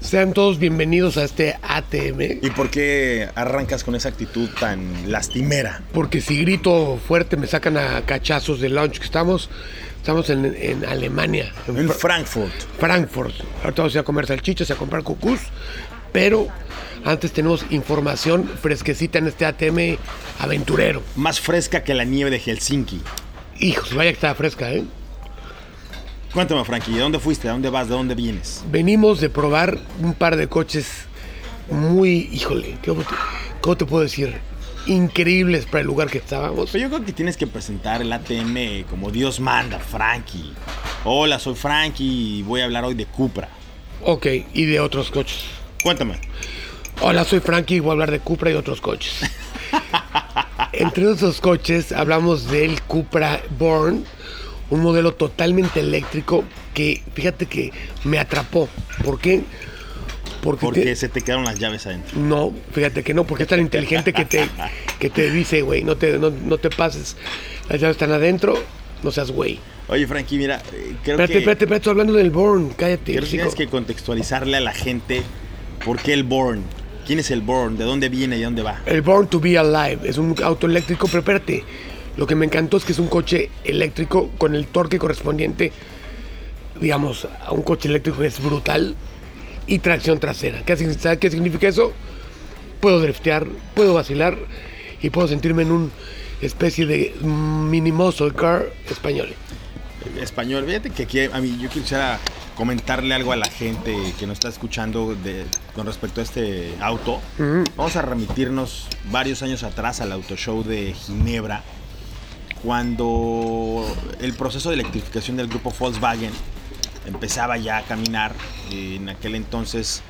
Sean todos bienvenidos a este ATM. ¿Y por qué arrancas con esa actitud tan lastimera? Porque si grito fuerte me sacan a cachazos del lounge que estamos. Estamos en, en Alemania. En, en Frankfurt. Frankfurt. Ahorita vamos a, ir a comer salchichas, a comprar cucús. Pero antes tenemos información fresquecita en este ATM aventurero. Más fresca que la nieve de Helsinki. Hijos, vaya que está fresca, ¿eh? Cuéntame, Frankie, ¿de dónde fuiste? ¿De dónde vas? ¿De dónde vienes? Venimos de probar un par de coches muy, híjole, ¿cómo te, cómo te puedo decir? Increíbles para el lugar que estábamos. Pero yo creo que tienes que presentar el ATM como Dios manda, Frankie. Hola, soy Frankie y voy a hablar hoy de Cupra. Ok, y de otros coches. Cuéntame. Hola, soy Frankie y voy a hablar de Cupra y otros coches. Entre esos coches hablamos del Cupra Born un modelo totalmente eléctrico que fíjate que me atrapó. ¿Por qué? Porque, porque te... se te quedaron las llaves adentro. No, fíjate que no, porque es tan inteligente que te, que te dice, güey, no te, no, no, te pases. Las llaves están adentro, no seas güey. Oye, Frankie, mira, eh, creo espérate, que... Espérate, espérate, estoy hablando del Born, cállate. Creo que tienes que contextualizarle a la gente por qué el Born. ¿Quién es el Born? ¿De dónde viene y dónde va? El Born to be alive. Es un auto eléctrico, pero espérate. Lo que me encantó es que es un coche eléctrico con el torque correspondiente, digamos, a un coche eléctrico que es brutal y tracción trasera. ¿Qué, ¿Sabes qué significa eso? Puedo driftear, puedo vacilar y puedo sentirme en una especie de mini muscle car español. Español, fíjate que aquí a mí yo quisiera comentarle algo a la gente que nos está escuchando de, con respecto a este auto. Uh -huh. Vamos a remitirnos varios años atrás al auto show de Ginebra, cuando el proceso de electrificación del grupo Volkswagen empezaba ya a caminar, en aquel entonces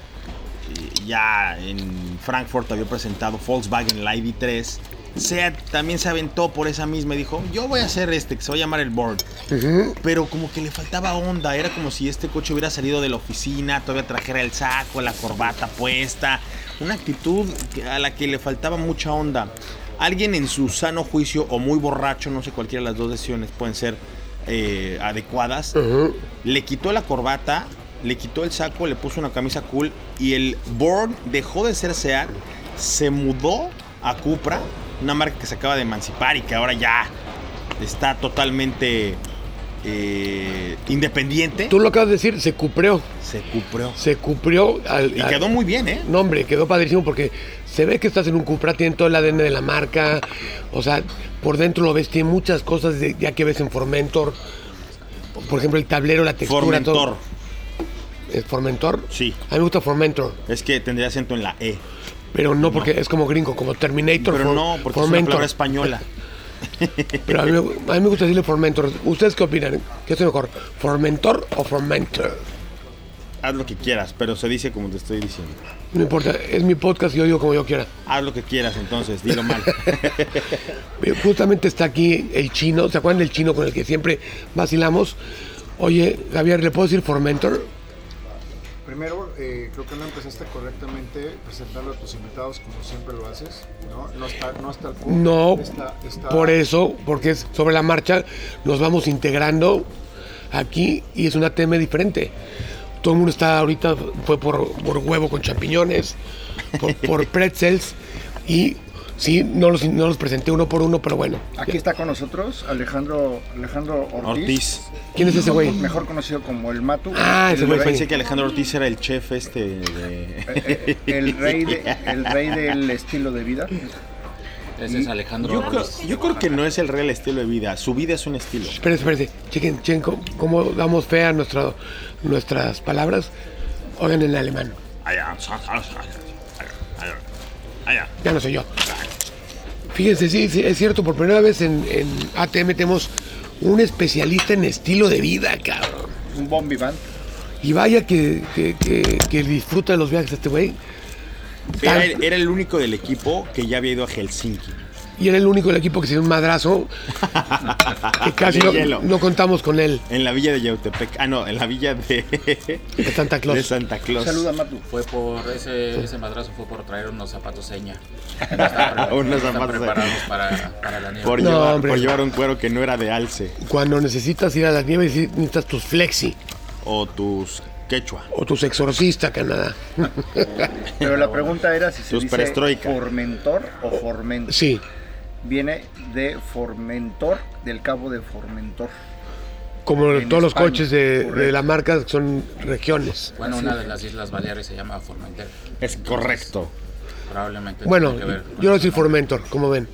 eh, ya en Frankfurt había presentado Volkswagen la ID3. Seat también se aventó por esa misma y dijo, yo voy a hacer este, que se va a llamar el Board. Uh -huh. Pero como que le faltaba onda, era como si este coche hubiera salido de la oficina, todavía trajera el saco, la corbata puesta, una actitud a la que le faltaba mucha onda alguien en su sano juicio o muy borracho, no sé, cualquiera de las dos decisiones pueden ser eh, adecuadas, uh -huh. le quitó la corbata, le quitó el saco, le puso una camisa cool y el Born dejó de ser SEAT, se mudó a Cupra, una marca que se acaba de emancipar y que ahora ya está totalmente... Eh, independiente. Tú lo acabas de decir, se cupreó. Se cupreó. Se cupreó. Al, y al, quedó muy bien, ¿eh? No, hombre, quedó padrísimo porque se ve que estás en un Cupra, tiene todo el ADN de la marca. O sea, por dentro lo ves, tiene muchas cosas de, ya que ves en Formentor. Por ejemplo, el tablero, la textura. Formentor. Todo. ¿Es Formentor? Sí. A mí me gusta Formentor. Es que tendría acento en la E. Pero no, porque no. es como gringo, como Terminator. Pero for, no, porque Formentor. es una palabra española. Pero a mí, a mí, me gusta decirle Formentor. ¿Ustedes qué opinan? ¿Qué es mejor? ¿Formentor o Formentor? Haz lo que quieras, pero se dice como te estoy diciendo. No importa, es mi podcast y yo digo como yo quiera. Haz lo que quieras entonces, dilo mal. Eh, Justamente está aquí el chino, ¿se acuerdan del chino con el que siempre vacilamos? Oye, Javier, ¿le puedo decir Formentor? Primero, eh, creo que no empezaste correctamente presentando a tus invitados como siempre lo haces, ¿no? No está, no está el punto. No, está, está... por eso, porque es sobre la marcha, nos vamos integrando aquí y es una tema diferente. Todo el mundo está ahorita, fue por, por huevo con champiñones, por, por pretzels y Sí, no los, no los, presenté uno por uno, pero bueno. Aquí ya. está con nosotros Alejandro, Alejandro Ortiz. Ortiz. ¿Quién es ese güey? Mejor conocido como el Matu. Ah, el ese güey. Pensé que Alejandro Ortiz era el chef este eh, Eh, de... El, rey de, el rey del estilo de vida. Ese es Alejandro yo creo, yo creo, que no es el real estilo de vida. Su vida es un estilo. Espérense, espérense. Chequen, chequen cómo, cómo damos fe a nuestro, nuestras palabras. Oigan en alemán. Allá, allá. Ya no soy yo. Fíjense, sí, sí, es cierto, por primera vez en, en ATM tenemos un especialista en estilo de vida, cabrón. Un bombi van. Y vaya que, que, que- que disfruta de los viajes este güey. Era, era el único del equipo que ya había ido a Helsinki. Y era el único del equipo que se dio un madrazo. que casi De no, hielo. no contamos con él. En la villa de Yautepec. Ah, no, en la villa de, De Santa Claus. de Santa Claus. Saluda, Matu. Fue por ese, ese madrazo, fue por traer unos zapatos seña. Unos unos zapatos seña. preparados para, para la nieve. Por, No, llevar, hombre. por llevar un cuero que no era de alce. Cuando necesitas ir a las nieves, sí necesitas tus flexi O tus quechua. o tus exorcista, Canadá. Pero la pregunta era si se Tus dice perestroika. Formentor o Formento. Sí, Viene de Formentor, del cabo de Formentor. como En todos los España, coches de, de correcto. la marca que son regiones. Bueno, una de las islas Baleares se llama Formentera. Es correcto. Probablemente. Bueno, tenga que ver con yo no eso. soy Formentor, como ven.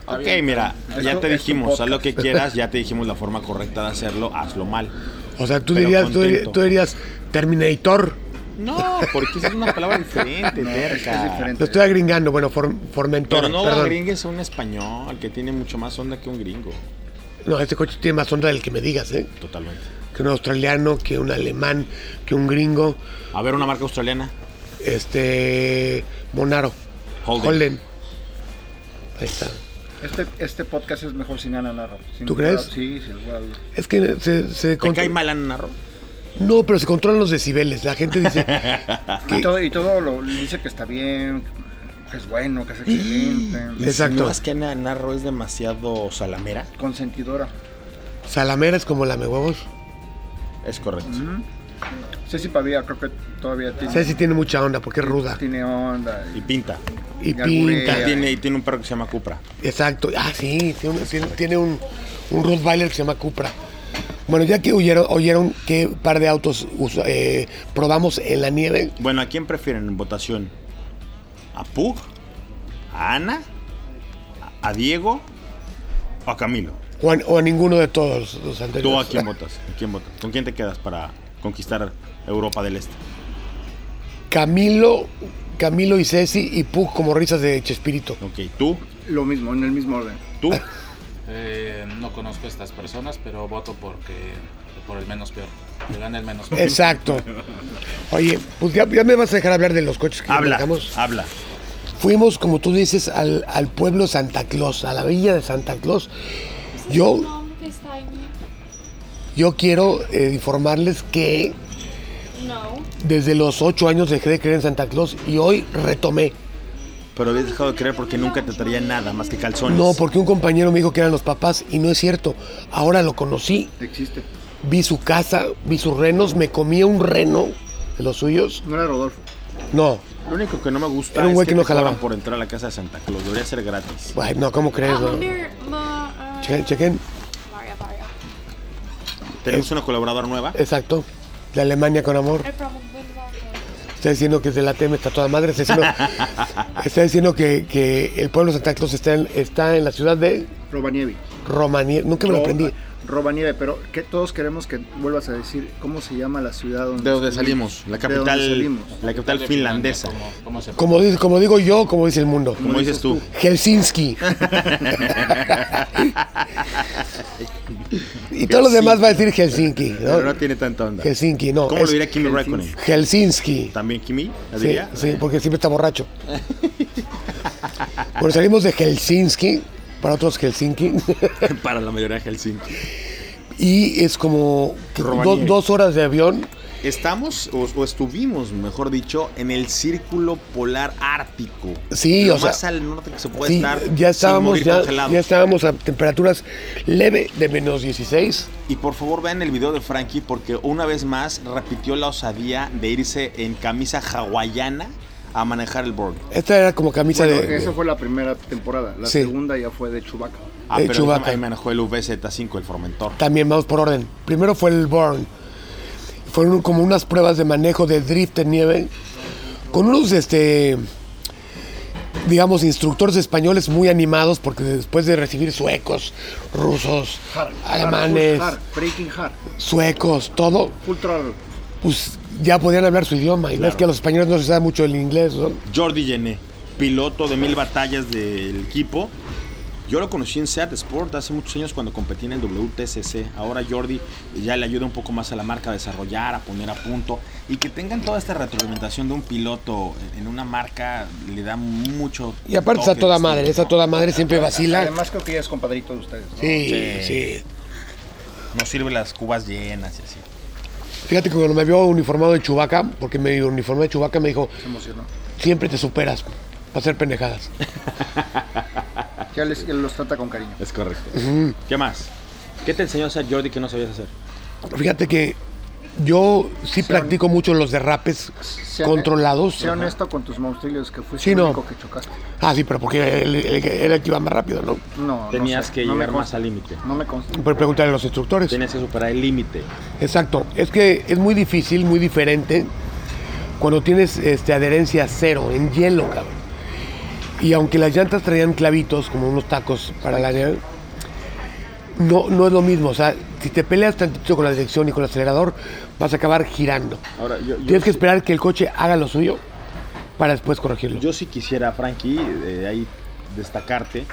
Está Ok, bien. mira, ya Esto te es tu dijimos, haz podcast. lo que quieras, ya te dijimos la forma correcta de hacerlo, hazlo mal. O sea, tú Pero dirías, tú, contento. tú dirías Terminator. No, porque esa es una palabra diferente, terca. Es diferente. Lo estoy agringando, bueno, Form- Formentor. Pero no perdón. gringues a un español que tiene mucho más onda que un gringo. No, este coche tiene más onda del que me digas, ¿eh? Totalmente. Que un australiano, que un alemán, que un gringo, A ver, una marca australiana. este. Monaro. Holden. Ahí está. Este, este podcast es mejor sin Ana Narro. Sin- ¿Tú crees? Sí, sí, igual. Es que se, se ¿Te contro- cae mal Ana Narro? No, pero se controlan los decibeles. La gente dice, Ah, Y todo, y todo lo dice que está bien, que es bueno, que es excelente. exacto. No, es que Ana Narro es demasiado salamera. Consentidora. Salamera es como lamehuevos. Es correcto. Ceci Pavía creo que todavía tiene, Ceci tiene mucha onda porque es ruda. tiene onda. Y pinta. Y y alburea. pinta. Ya. Tiene, y tiene un perro que se llama Cupra. Exacto. Ah, sí. Tiene, un- tiene- tiene un, un Rottweiler que se llama Cupra. Bueno, ya que oyeron, oyeron qué par de autos usa- eh, probamos en la nieve, Bueno, ¿a quién prefieren en votación? ¿A Pug? ¿A Ana? ¿A Diego? ¿O a Camilo? o a, o a ninguno de todos los ¿Tú anteriores. a quién votas? ¿A quién votas? ¿Con quién te quedas para conquistar Europa del Este? Camilo, Camilo y Ceci y Pug como risas de Chespirito. Ok, ¿tú? Lo mismo, en el mismo orden. ¿Tú? Ah, Eh, no conozco a estas personas, pero voto porque por el menos peor. Que gane el menos peor. Exacto. Oye, pues ya, ya me vas a dejar hablar de los coches que Habla, manejamos. habla. Fuimos, como tú dices, al, al pueblo Santa Claus, a la villa de Santa Claus. Yo, No, que está ahí. yo quiero eh, informarles que No. desde los 8 años dejé de creer en Santa Claus y hoy retomé. Pero habías dejado de creer porque nunca te traía nada más que calzones. No, porque un compañero me dijo que eran los papás y no es cierto. Ahora lo conocí, Existe. vi su casa, vi sus renos, me comía un reno de los suyos. No era Rodolfo. No, Lo único que no me gusta Era un Ah, es güey que, que no te cobran jalaba. por entrar a la casa de Santa Claus. Debería ser gratis. ay, no, ¿cómo crees? Ah, No? Mir- Ma- ah, Chequen, chequen, Maria, Maria. Eh, Tenemos una colaboradora nueva. exacto. De Alemania con amor. I probably love it. Está diciendo que es de la TM, está toda madre. Está diciendo, está diciendo que, que el pueblo de Santa Claus está en, está en la ciudad de Robanievi. Romania. Nunca me lo aprendí. Robanieve, pero que todos queremos que vuelvas a decir cómo se llama la ciudad donde, De donde estuvimos. salimos, la De donde capital, salimos. la capital De finlandesa. Finlandia, ¿Cómo, cómo se Como, dice- como digo yo, como dice el mundo. Como dices tú. Helsinki. y todos los demás va a decir Helsinki. ¿no? Pero no tiene tanta onda. Helsinki, no. ¿Cómo lo es diría Kimi Räikkönen? Helsinki. ¿También Kimi? ¿La Sí, diría? sí, porque siempre está borracho. Bueno, salimos de Helsinki, para otros Helsinki. Para la mayoría de Helsinki. y es como que Romanié. dos, dos horas de avión. Estamos, o, o estuvimos, mejor dicho, en el círculo polar ártico. Sí, Lo o sea, más al norte que se puede Sí, estar. ya sin estábamos, morir ya, congelado. ya estábamos a temperaturas leve de menos 16. Y por favor vean el video de Frankie porque una vez más repitió la osadía de irse en camisa hawaiana a manejar el board. Esta era como camisa Bueno, de. esa fue la primera temporada. La Sí. segunda ya fue de Chubaca. Ah, El pero Eh, Chewbacca. ahí manejó el VZ5, el Formentor. También vamos por orden. Primero fue el Burn. Fueron como unas pruebas de manejo de drift en nieve con unos, este, digamos, instructores españoles muy animados porque después de recibir suecos, rusos, alemanes, Hard, breaking hard. suecos, todo, Ultra. pues ya podían hablar su idioma. Y no es que a los españoles no se sabe mucho el inglés, ¿no? Jordi Gené. piloto de mil batallas del equipo. Yo lo conocí en Seat Sport hace muchos años cuando competí en el WTCC. Ahora Jordi ya le ayuda un poco más a la marca a desarrollar, a poner a punto. Y que tengan toda esta retroalimentación de un piloto en una marca le da mucho. Y aparte está toque toda distinto, madre, ¿no? está toda madre, siempre vacila. Además creo que ya es compadrito de ustedes. ¿no? Sí, Sí. sí. No sirve las cubas llenas y así. Fíjate que cuando me vio uniformado de Chubaca, porque me uniformé de Chubaca, me dijo, Se emocionó. siempre te superas para hacer pendejadas. Ya les, ya los trata con cariño. Es correcto. ¿Qué más? ¿Qué te enseñó a hacer Jordi que no sabías hacer? Fíjate que yo sí practico mucho los derrapes Sea- controlados. Sea honesto con tus monstruos que fuiste Sí, el no. único que chocaste. Ah, sí, pero porque él, él- él era el que iba más rápido, ¿no? No, no Tenías sé, que no me llegar más consta. al límite. No me consta. Pero preguntarle a los instructores. Tenías que superar el límite. Exacto, es que es muy difícil, muy diferente cuando tienes este, adherencia cero, en hielo, cabrón. Y aunque las llantas traían clavitos, como unos tacos para la nieve, no, no es lo mismo. O sea, si te peleas tantito con la dirección y con el acelerador, vas a acabar girando. Ahora, yo, yo- Tienes que esperar que el coche haga lo suyo para después corregirlo. Yo sí quisiera, Frankie, eh, ahí destacarte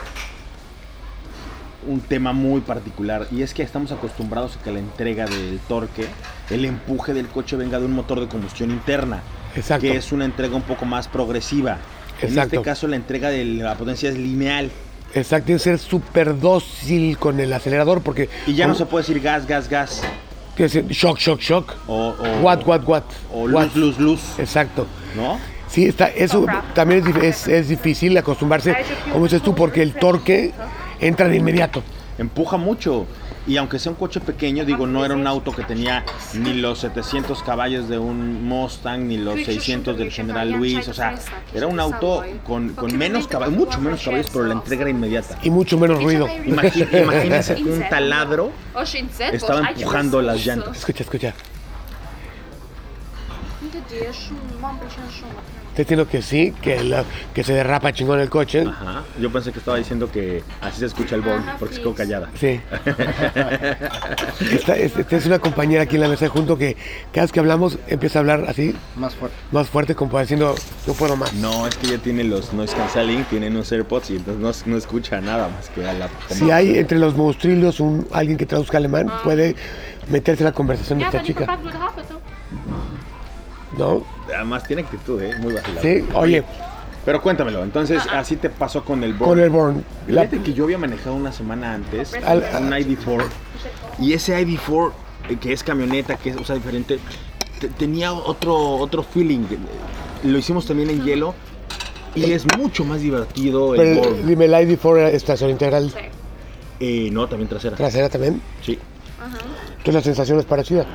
un tema muy particular y es que estamos acostumbrados a que la entrega del torque, el empuje del coche venga de un motor de combustión interna, Exacto. que es una entrega un poco más progresiva. En Exacto. este caso la entrega de la potencia es lineal Exacto, tienes que ser súper dócil con el acelerador porque... y ya no se con- puede decir gas, gas, gas tienes que- Shock, shock, shock. o, o- What, what, what. o what. luz, luz, luz, Exacto. ¿no? Sí, está, eso también es, dif- es- es difícil acostumbrarse, como dices tú, porque el torque entra de inmediato. empuja mucho. Y aunque sea un coche pequeño, digo, no era un auto que tenía ni los 700 caballos de un Mustang, ni los 600 del General Luis. O sea, era un auto con, con menos caballos, mucho menos caballos, pero la entrega era inmediata. Y mucho menos ruido. Imagi- imagínense que un taladro Oh, estaba empujando las llantas. Escucha, escucha. Te entiendo que sí, que, la- que se derrapa chingón el coche. Ajá. Yo pensé que estaba diciendo que así se escucha el bol, porque se quedó callada. Sí. Esta, es, esta es una compañera aquí en la mesa junto que cada vez que hablamos empieza a hablar así, Más fuerte. más fuerte, como diciendo, no puedo más. No, es que ya tiene los noise canceling, tiene unos AirPods y entonces no, no escucha nada más que a la... Si hay eh. entre los monstruos un, alguien que traduzca alemán, puede meterse en la conversación de esta chica, ¿no? Además tiene actitud, ¿eh? Muy vacilada. Sí, oye, Pero cuéntamelo, entonces así te pasó con el Born. con el Born. la- Fíjate que yo había manejado una semana antes Al- un ID4 y ese ID4 eh, que es camioneta, que es o sea, diferente, te- tenía otro, otro feeling. Lo hicimos también en hielo y es mucho más divertido el pero Born. dime, la ID4 era estación integral Eh, no, también trasera. trasera también. Sí. Entonces la sensación es parecida.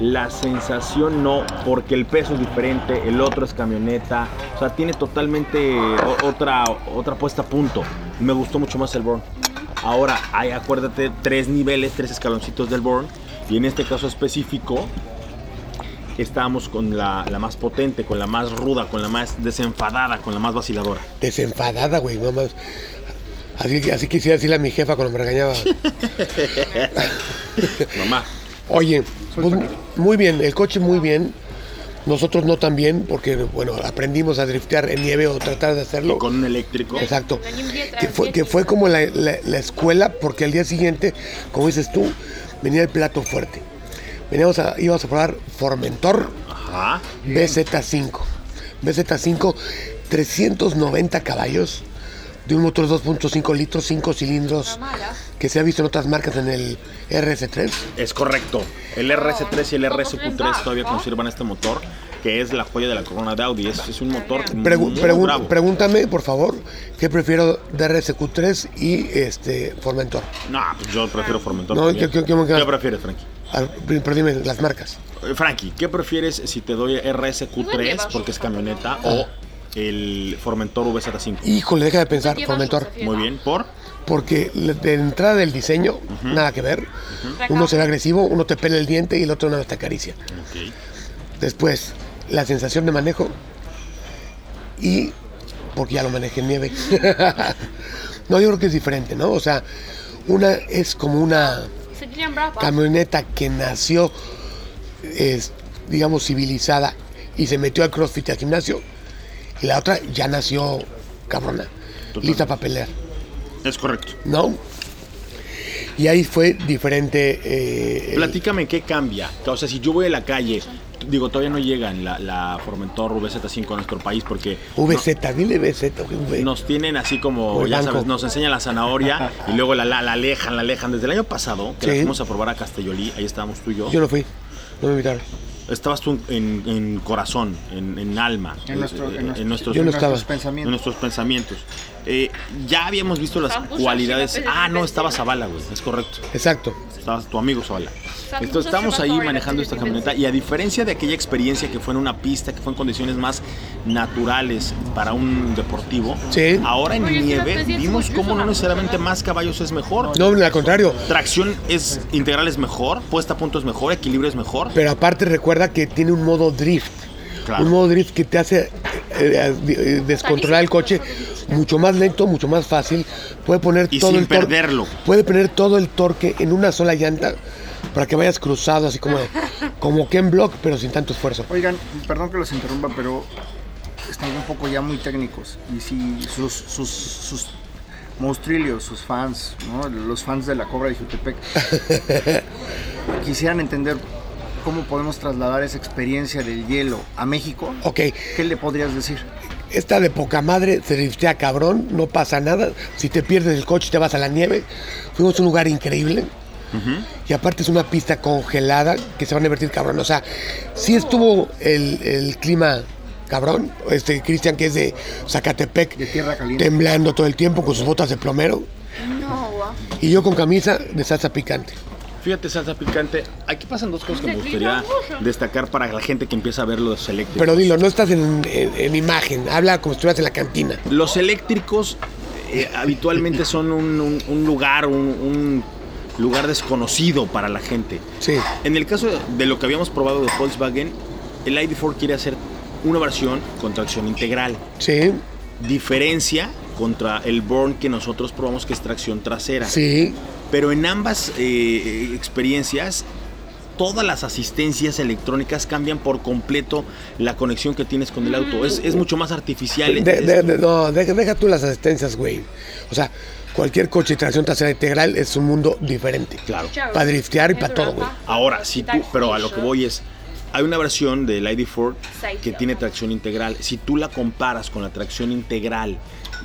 La sensación no, porque el peso es diferente, el otro es camioneta, o sea, tiene totalmente o- otra, otra puesta a punto. Me gustó mucho más el Born. Ahora, hay, acuérdate, tres niveles, tres escaloncitos del Born, y en este caso específico, estábamos con la, la más potente, con la más ruda, con la más desenfadada, con la más vaciladora. Desenfadada, güey, no más. Así, así quisiera decirle a mi jefa cuando me regañaba. Mamá, Oye, pues, muy bien, el coche muy bien. Nosotros no tan bien, porque, bueno, aprendimos a driftear en nieve o tratar de hacerlo. con un eléctrico. Exacto. Que fue, que fue como la, la- la escuela, porque al día siguiente, como dices tú, venía el plato fuerte. Veníamos a, íbamos a probar Formentor Ajá. BZ5. BZ5, 390 caballos, de un motor 2.5 litros, 5 cilindros, que se ha visto en otras marcas en el RS3. Es correcto. El RS3 y el RSQ3 todavía conservan este motor, que es la joya de la corona de Audi. Es, es un motor Pregu- muy pregun- Mm, bravo. Pregúntame, por favor, qué prefiero de RSQ3 y este Formentor. No, pues yo prefiero Formentor. No, también. ¿qué- qué- qué- qué- prefieres, Frankie? Ah, Pero dime las marcas. Eh, Frankie, ¿qué prefieres si te doy RSQ3 porque es camioneta o el Formentor VZ5? Híjole, deja de pensar, Formentor. Muy bien, ¿por? Porque la- de entrada del diseño, nada que ver. Uno será agresivo, uno te pela el diente y el otro nada más te acaricia. Ok. Después, la sensación de manejo y porque ya lo manejé en nieve. no, yo creo que es diferente, ¿no? O sea, una es como una ¿ah? camioneta que nació, es, digamos, civilizada y se metió al CrossFit al gimnasio. Y la otra ya nació cabrona, lista para pelear, Es correcto. ¿no? Y ahí fue diferente. eh, el- Platícame qué cambia. O sea, si yo voy a la calle, t- digo, todavía no llegan la, la Formentor VZ5 a nuestro país porque VZ, dile VZ, güey, güey. nos tienen así como, Muy ya blanco. sabes, nos enseñan la zanahoria y luego la, la, la alejan, la alejan. Desde el año pasado, que la Sí. fuimos a probar a Castellolí, ahí estábamos tú y yo. Yo no fui, no me invitaron. Estabas tú en, en corazón, en, en alma, En nuestro- en eh, nuestro- nuestros, Yo no en estaba. nuestros pensamientos. nuestros pensamientos. Eh, ya habíamos visto las Sambusa, cualidades. sí, Ah, no, sí, estaba sí. Zavala, güey, es correcto. Exacto. Estabas tu amigo Zavala. Sambusa, Entonces estamos ahí Sambusa, manejando esta sí, sí, camioneta sí. y a diferencia de aquella experiencia que fue en una pista, que fue en condiciones más naturales para un deportivo, Sí. ahora en Oye, es que las nieve especies vimos son cómo no muchísimas, necesariamente ¿verdad? más caballos es mejor. No, al contrario. Tracción es integral es mejor, puesta a punto es mejor, equilibrio es mejor. Pero aparte recuerda que tiene un modo drift. Claro. Un modo drift que te hace eh, eh, eh, descontrolar el coche mucho más lento, mucho más fácil. Puede poner Y todo sin el tor- perderlo. Puede poner todo el torque en una sola llanta para que vayas cruzado, así como, como Ken Block, pero sin tanto esfuerzo. Oigan, perdón que los interrumpa, pero están un poco ya muy técnicos. Y si sus, sus, sus monstrillos, sus fans, ¿no? los fans de la Cobra de Jutepec, quisieran entender cómo podemos trasladar esa experiencia del hielo a México, Ok, ¿qué le podrías decir? esta de poca madre se driftea cabrón, no pasa nada. Si te pierdes el coche, te vas a la nieve. Fuimos a un lugar increíble. Y aparte es una pista congelada que se van a divertir cabrón. O sea, sí estuvo el, el clima cabrón. Este Cristian, que es de Zacatepec, De tierra caliente. temblando todo el tiempo con sus botas de plomero. No. ah. Y yo con camisa de salsa picante. Fíjate, salsa picante. Aquí pasan dos cosas que me gustaría destacar para la gente que empieza a ver los eléctricos. Pero dilo, no estás en, en- en imagen. Habla como si estuvieras en la cantina. los eléctricos eh, habitualmente son un, un- un lugar, un, un lugar desconocido para la gente. Sí. En el caso de lo que habíamos probado de Volkswagen, el ID4 quiere hacer una versión con tracción integral. Sí, Diferencia contra el Born que nosotros probamos que es tracción trasera. sí. Pero en ambas eh, experiencias, todas las asistencias electrónicas cambian por completo la conexión que tienes con el auto. Es, es mucho más artificial. De- es- de- de- no, deja, deja tú las asistencias, güey. O sea, cualquier coche de tracción trasera integral es un mundo diferente. Claro. Para driftear y para todo, güey. ¿ah? Ahora, si tú, pero a lo que voy es, hay una versión del ID4 que tiene tracción integral. Si tú la comparas con la tracción integral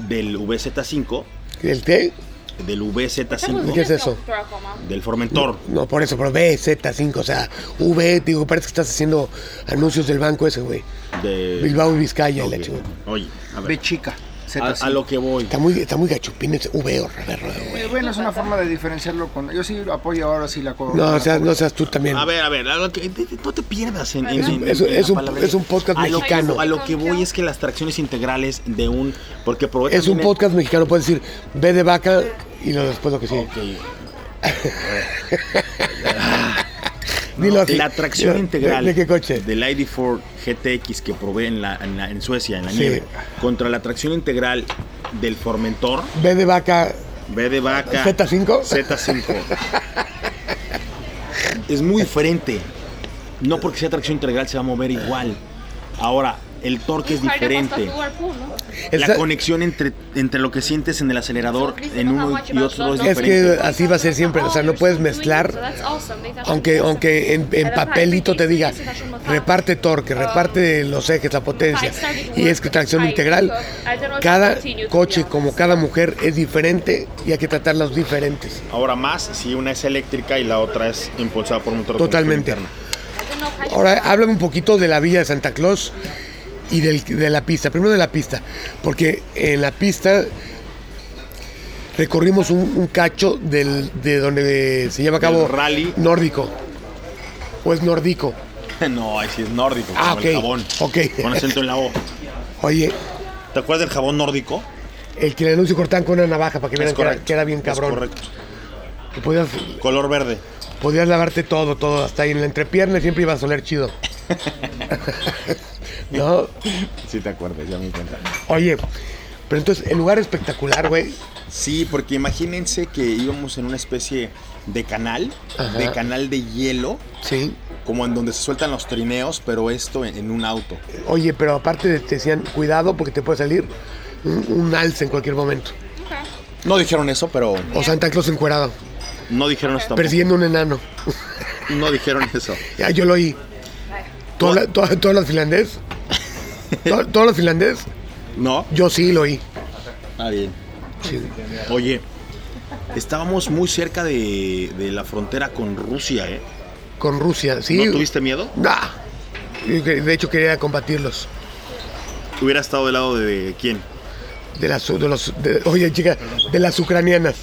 del VZ5, ¿El T? del ¿Qué VZ5, es eso? ¿ah? del Formentor, No, por eso, pero VZ5, o sea, V, digo, parece que estás haciendo anuncios del banco ese, güey. de Bilbao y Vizcaya, y la Ok. chingada. Oye, a ver, Ve chica, a, Z5. a lo que voy. Está muy, está muy gachupín ese V, o revés, revés, güey. Eh, Bueno, es una forma de diferenciarlo con... Yo sí apoyo ahora sí la Cobra. No, o la sea, Cobra. no seas tú también. A ver, a ver, a lo que- de- de- no te pierdas en, en- Es un- en- es- en la es un- palabrería. es un podcast A lo que- mexicano. a lo que voy es que las tracciones integrales de un... Porque probé Es un pues, también el- podcast mexicano, puedes decir V de vaca y lo después lo que sigue. Ok. Dilo aquí. Ah, La tracción Dilo, integral ¿De, de qué coche? del ID4 GTX que probé en, la, en, la- en Suecia, en la Sí. nieve, contra la tracción integral del Formentor, V de vaca. B de vaca, ¿Z5? Z5. es muy diferente. No porque sea tracción integral se va a mover igual. Ahora, el torque es diferente. Esa- La conexión entre, entre lo que sientes en el acelerador en uno y otro es Es diferente. que así va a ser siempre, o sea, no puedes mezclar, aunque, aunque en, en papelito te diga, reparte torque, reparte los ejes, la potencia, y es que tracción integral, cada coche como cada mujer es diferente y hay que tratarlos diferentes, Ahora más si una es eléctrica y la otra es impulsada por un motor de totalmente. combustión interna. Ahora, háblame un poquito de la Villa de Santa Claus y del- de la pista, primero de la pista, porque en la pista recorrimos un, un cacho del, de donde se lleva a cabo Del rally. nórdico, o es nórdico. No, ahí sí es nórdico, Ah, como ok, el jabón. ok. Con acento en la O. Oye, ¿Te acuerdas del jabón nórdico? el que le anuncio cortaban con una navaja para que Es vean que era, correcto. que era bien es cabrón. correcto. Que podías, Color verde. podías lavarte todo, todo, hasta ahí en la entrepierna y siempre iba a oler chido. ¿No? Sí te acuerdas, ya me di cuenta. Oye, Pero entonces, el lugar espectacular, güey. Sí, porque imagínense que íbamos en una especie de canal, Ajá. de canal de hielo, Sí. como en donde se sueltan los trineos, pero esto en, en un auto. Oye, pero aparte de- te decían, cuidado porque te puede salir un, un alce en cualquier momento. Okay. No dijeron eso, pero O Santa Claus encuerado, no dijeron eso tampoco. persiguiendo un enano. No dijeron eso. Ya, yo lo oí. ¿Tú, habla- tú- tú hablas finlandés? ¿Tú, tú hablas finlandés? No. Yo sí lo oí. Está Ah, bien. Sí. Oye, estábamos muy cerca de, de la frontera con Rusia, ¿eh? Con Rusia, sí. ¿No tuviste miedo? Nah. Yo Ah. que- De hecho, quería combatirlos. Hubiera estado del lado de quién? De las, de los, de- oye, chica, de las ucranianas.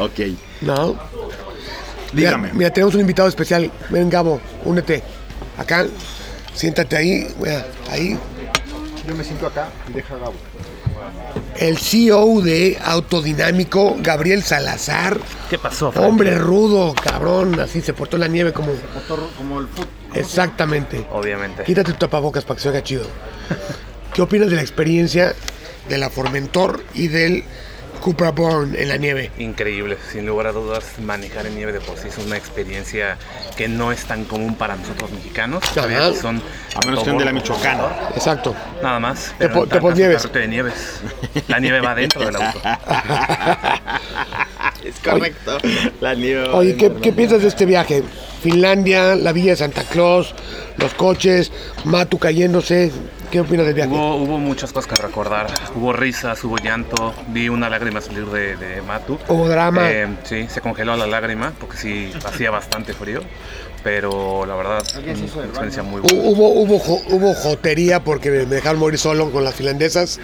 ok. No. Mira, Dígame. mira, tenemos un invitado especial. Ven, Gabo, únete. Acá, siéntate ahí, mira, ahí. Yo me siento acá y deja a Gabo. El CEO de Autodinámico, Gabriel Salazar. ¿Qué pasó, Frankie? Hombre rudo, cabrón, así se portó en la nieve como... Cotorro, como el fut. Exactamente. Obviamente. Quítate tu tapabocas para que se haga chido. ¿Qué opinas de la experiencia de la Formentor y del Cupra Born en la nieve? Increíble, sin lugar a dudas, manejar en nieve de por sí es una experiencia que no es tan común para nosotros mexicanos. Sabía que son A menos que sean de la Michoacana. Exacto. Nada más. Te po- te pon nieves. carrete de nieves. La nieve va dentro del auto. Es correcto. La nieve. Oye, ¿qué, qué piensas de este viaje? Finlandia, la Villa de Santa Claus, los coches, Matu cayéndose. ¿Qué opinas del viaje? Hubo, hubo muchas cosas que recordar. Hubo risas, hubo llanto. Vi una lágrima salir de, de Matu. Hubo drama. Eh, sí, se congeló la lágrima porque sí hacía bastante frío. Pero la verdad, una experiencia muy Hu- buena. Hubo, hubo, jo- hubo jotería porque me dejaron morir solo con las finlandesas.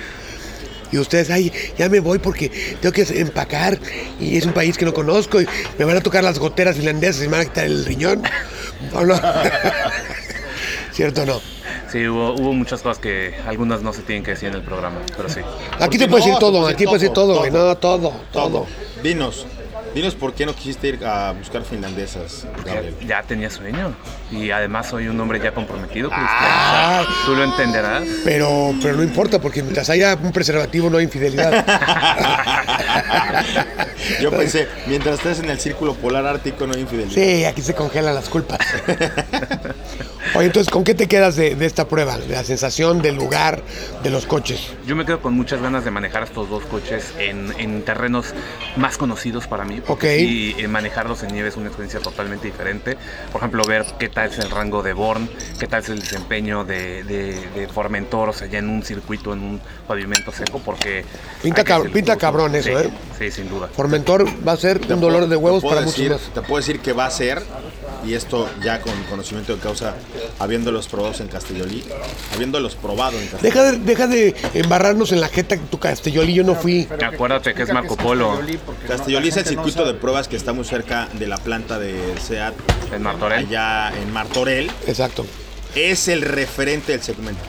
Y ustedes, ay, ya me voy porque tengo que empacar y es un país que no conozco y me van a tocar las goteras finlandesas y me van a quitar el riñón. ¿O no? ¿Cierto o no? Sí, hubo, hubo muchas cosas que algunas no se tienen que decir en el programa, pero sí. Aquí Porque te puedes no, decir se todo, puede aquí puedes decir todo, güey. No, todo, todo. Todo. Dinos. Dinos por qué no quisiste ir a buscar finlandesas, Gabriel. Ya tenía sueño y además soy un hombre ya comprometido, Cristian. Ah. Tú lo entenderás. Pero, pero no importa porque mientras haya un preservativo no hay infidelidad. Yo pensé, mientras estés en el círculo polar ártico no hay infidelidad. Sí, aquí se congelan las culpas. Oye, entonces, ¿con qué te quedas de, de esta prueba? De la sensación, del lugar, de los coches. Yo me quedo con muchas ganas de manejar estos dos coches en, en terrenos más conocidos para mí. Ok. Y eh, manejarlos en nieve es una experiencia totalmente diferente. Por ejemplo, ver qué tal es el rango de Born, qué tal es el desempeño de, de- de Formentor, o sea, ya en un circuito, en un pavimento seco, porque... Pinta hay que cab- decirlo pinta justo. cabrón eso, Sí, ¿eh? Sí, sin duda. Formentor va a ser Te un puedo- dolor de te huevos puedo para decir- muchos más. Te puedo decir que va a ser, y esto ya con conocimiento de causa, habiéndolos probados en Castellolí, habiéndolos probado en Castellolí. Deja de, deja de embarrarnos en la jeta que tu Castelloli, yo no fui. Acuérdate que es Marco Polo. Castellolí es el circuito de pruebas que está muy cerca de la planta de SEAT En Martorell. Ah, allá en Martorell. Exacto. Es el referente del segmento.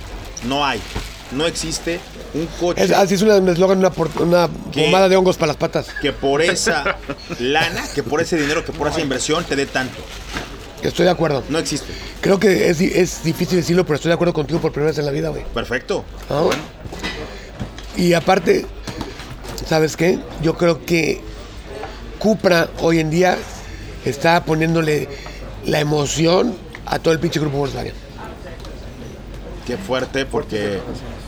No hay, no existe un coche Es, así es una- un eslogan, una, por- una ¿Qué? pomada de hongos para las patas. que por esa lana, que por ese dinero, que por esa inversión te dé tanto. Estoy de acuerdo. No existe. Creo que es, di- es difícil decirlo, pero estoy de acuerdo contigo por primera vez en la vida, güey. Perfecto. ¿no? Ah, Y aparte, ¿sabes qué? Yo creo que Cupra hoy en día está poniéndole la emoción a todo el pinche grupo Volkswagen. Qué fuerte porque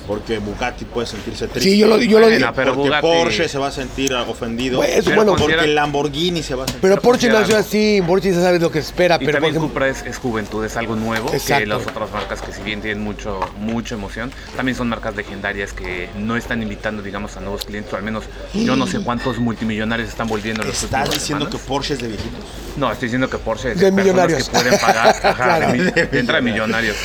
porque Bugatti puede sentirse triste. Sí, yo lo, yo lo Bueno, digo. pero porque Bugatti- Porsche se va a sentir ofendido. Güey, eso, Pero Pues, bueno, considera- porque el Lamborghini se va a sentir. Pero Porsche considera- nació así, Porsche ya sabes lo que espera, Y pero por también ejemplo, Cupra es, es juventud, es algo nuevo Exacto. que las otras marcas que si bien tienen mucho, mucha emoción, también son marcas legendarias que no están invitando, digamos, a nuevos clientes, o al menos yo no sé cuántos multimillonarios están volviendo en los ¿Estás últimos diciendo que semanas. Porsche es de viejitos? No, estoy diciendo que Porsche es De personas millonarios. que pueden pagar, ajá, Claro. de mi- de entre millonarios.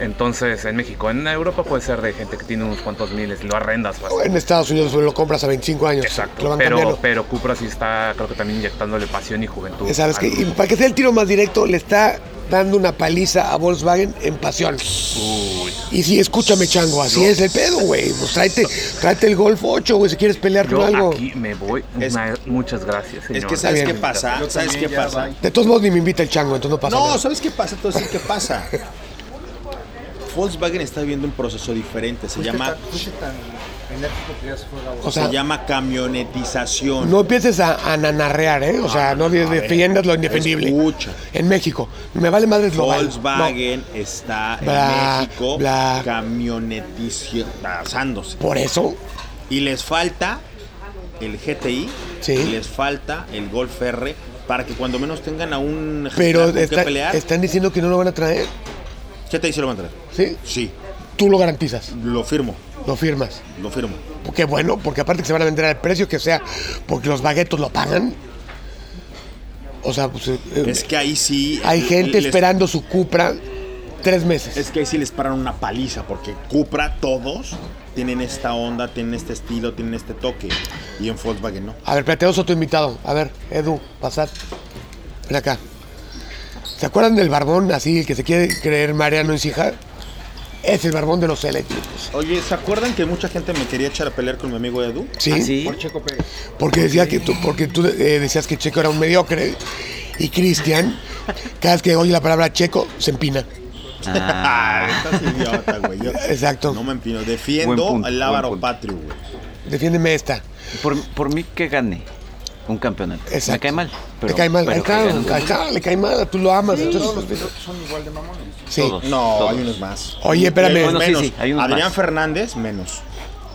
Entonces, en México, en Europa puede ser de gente que tiene unos cuantos miles, lo arrendas o así. en Estados Unidos lo compras a 25 años. Exacto, Lo van pero, cambiando. pero Cupra sí está, creo que también inyectándole pasión y juventud. ¿Sabes al qué? Y grupo. para que sea el tiro más directo, le está dando una paliza a Volkswagen en pasión. Y sí, escúchame, chango, así es el pedo, güey. Pues tráete, tráete el Golf 8, güey, si quieres pelear Yo con algo. aquí me voy. Es- Una- muchas gracias, señor. Es que ¿sabes qué bien. pasa? ¿Sabes qué pasa? De todos modos, ni me invita el chango, entonces no pasa No, nada. ¿sabes qué pasa? Entonces, ¿qué pasa? Volkswagen está viviendo un proceso diferente. Se Fuiste llama, tan- fuiste pues, tan enérgico que ya se fue la voz. O sea, se llama camionetización. no empieces a, a nanarrear, ¿eh? O sea, no de- defiendas lo indefendible. Escucha. En México. Me vale madre lo Volkswagen está en Bla, México bla. camionetizándose. Por eso, Y les falta el GTI, Sí. y les falta el Golf R, para que cuando menos tengan a un pero con qué está- pelear. están diciendo que no lo van a traer. GTI se lo van a traer. ¿Sí? Sí, Tú lo garantizas, lo firmo, lo firmas. lo firmo. Qué bueno, porque aparte que se van a vender al precio que sea, porque los baguetos lo pagan. O sea, pues, eh, Es que ahí sí. hay eh, gente les- esperando su Cupra tres meses. Es que ahí sí les paran una paliza, porque Cupra todos tienen esta onda, tienen este estilo, tienen este toque. Y en Volkswagen no. A ver, plateamos a tu invitado. A ver, Edu, pasad. Ven acá. ¿Se acuerdan del barbón así, el que se quiere creer Mariano Ecija? Es el barbón de los eléctricos. Oye, ¿se acuerdan que mucha gente me quería echar a pelear con mi amigo Edu? ¿Sí? Ah, Por Checo Pérez. Porque decía que tú, porque tú eh, decías que Checo era un mediocre. Y Cristian, cada vez que oye la palabra Checo, se empina. Ah, estás idiota, güey. Yo Exacto. No me empino. Buen Defiendo punto, al Lábaro buen punto. Patrio, güey. Defiéndeme esta. Por, por mí que gane un campeonato. Exacto. Me cae mal. Pero, Te cae mal. pero Ahí que está, gane. ahí está, le cae mal, tú lo amas. Todos los entonces- pilotos son igual de mamones. sí. todos. No, todos. Eh, hay unos más. Oye, espérame. Bueno, sí, menos. sí, hay unos Adrián más. Fernández, menos.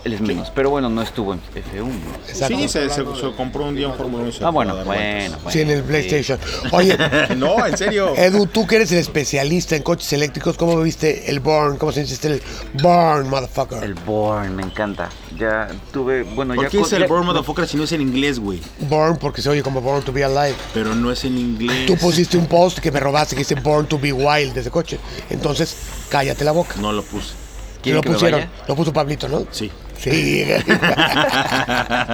Él es menos. Pero bueno, no estuvo en F1. Exacto. Sí, se, se- se compró un día un Fórmula 1. y se Ah, fue a bueno, dar bueno, bueno. Sí, en el sí. PlayStation. Oye, vueltas. No, en serio. Edu, tú que eres el especialista en coches eléctricos, ¿cómo viste el Born? ¿Cómo se dice este? el Born, motherfucker? El Born, me encanta. Ya tuve, bueno, ¿Por ya qué con- es el ya- Born Motherfucker si no es en inglés, güey? Born porque se oye como Born to be Alive. Pero no es en inglés. Tú pusiste un post que me robaste que dice Born to be Wild de ese coche. Entonces, cállate la boca. No lo puse. ¿Quieren lo que me pusieron, vaya? lo puso Pablito, ¿no? Sí. Sí.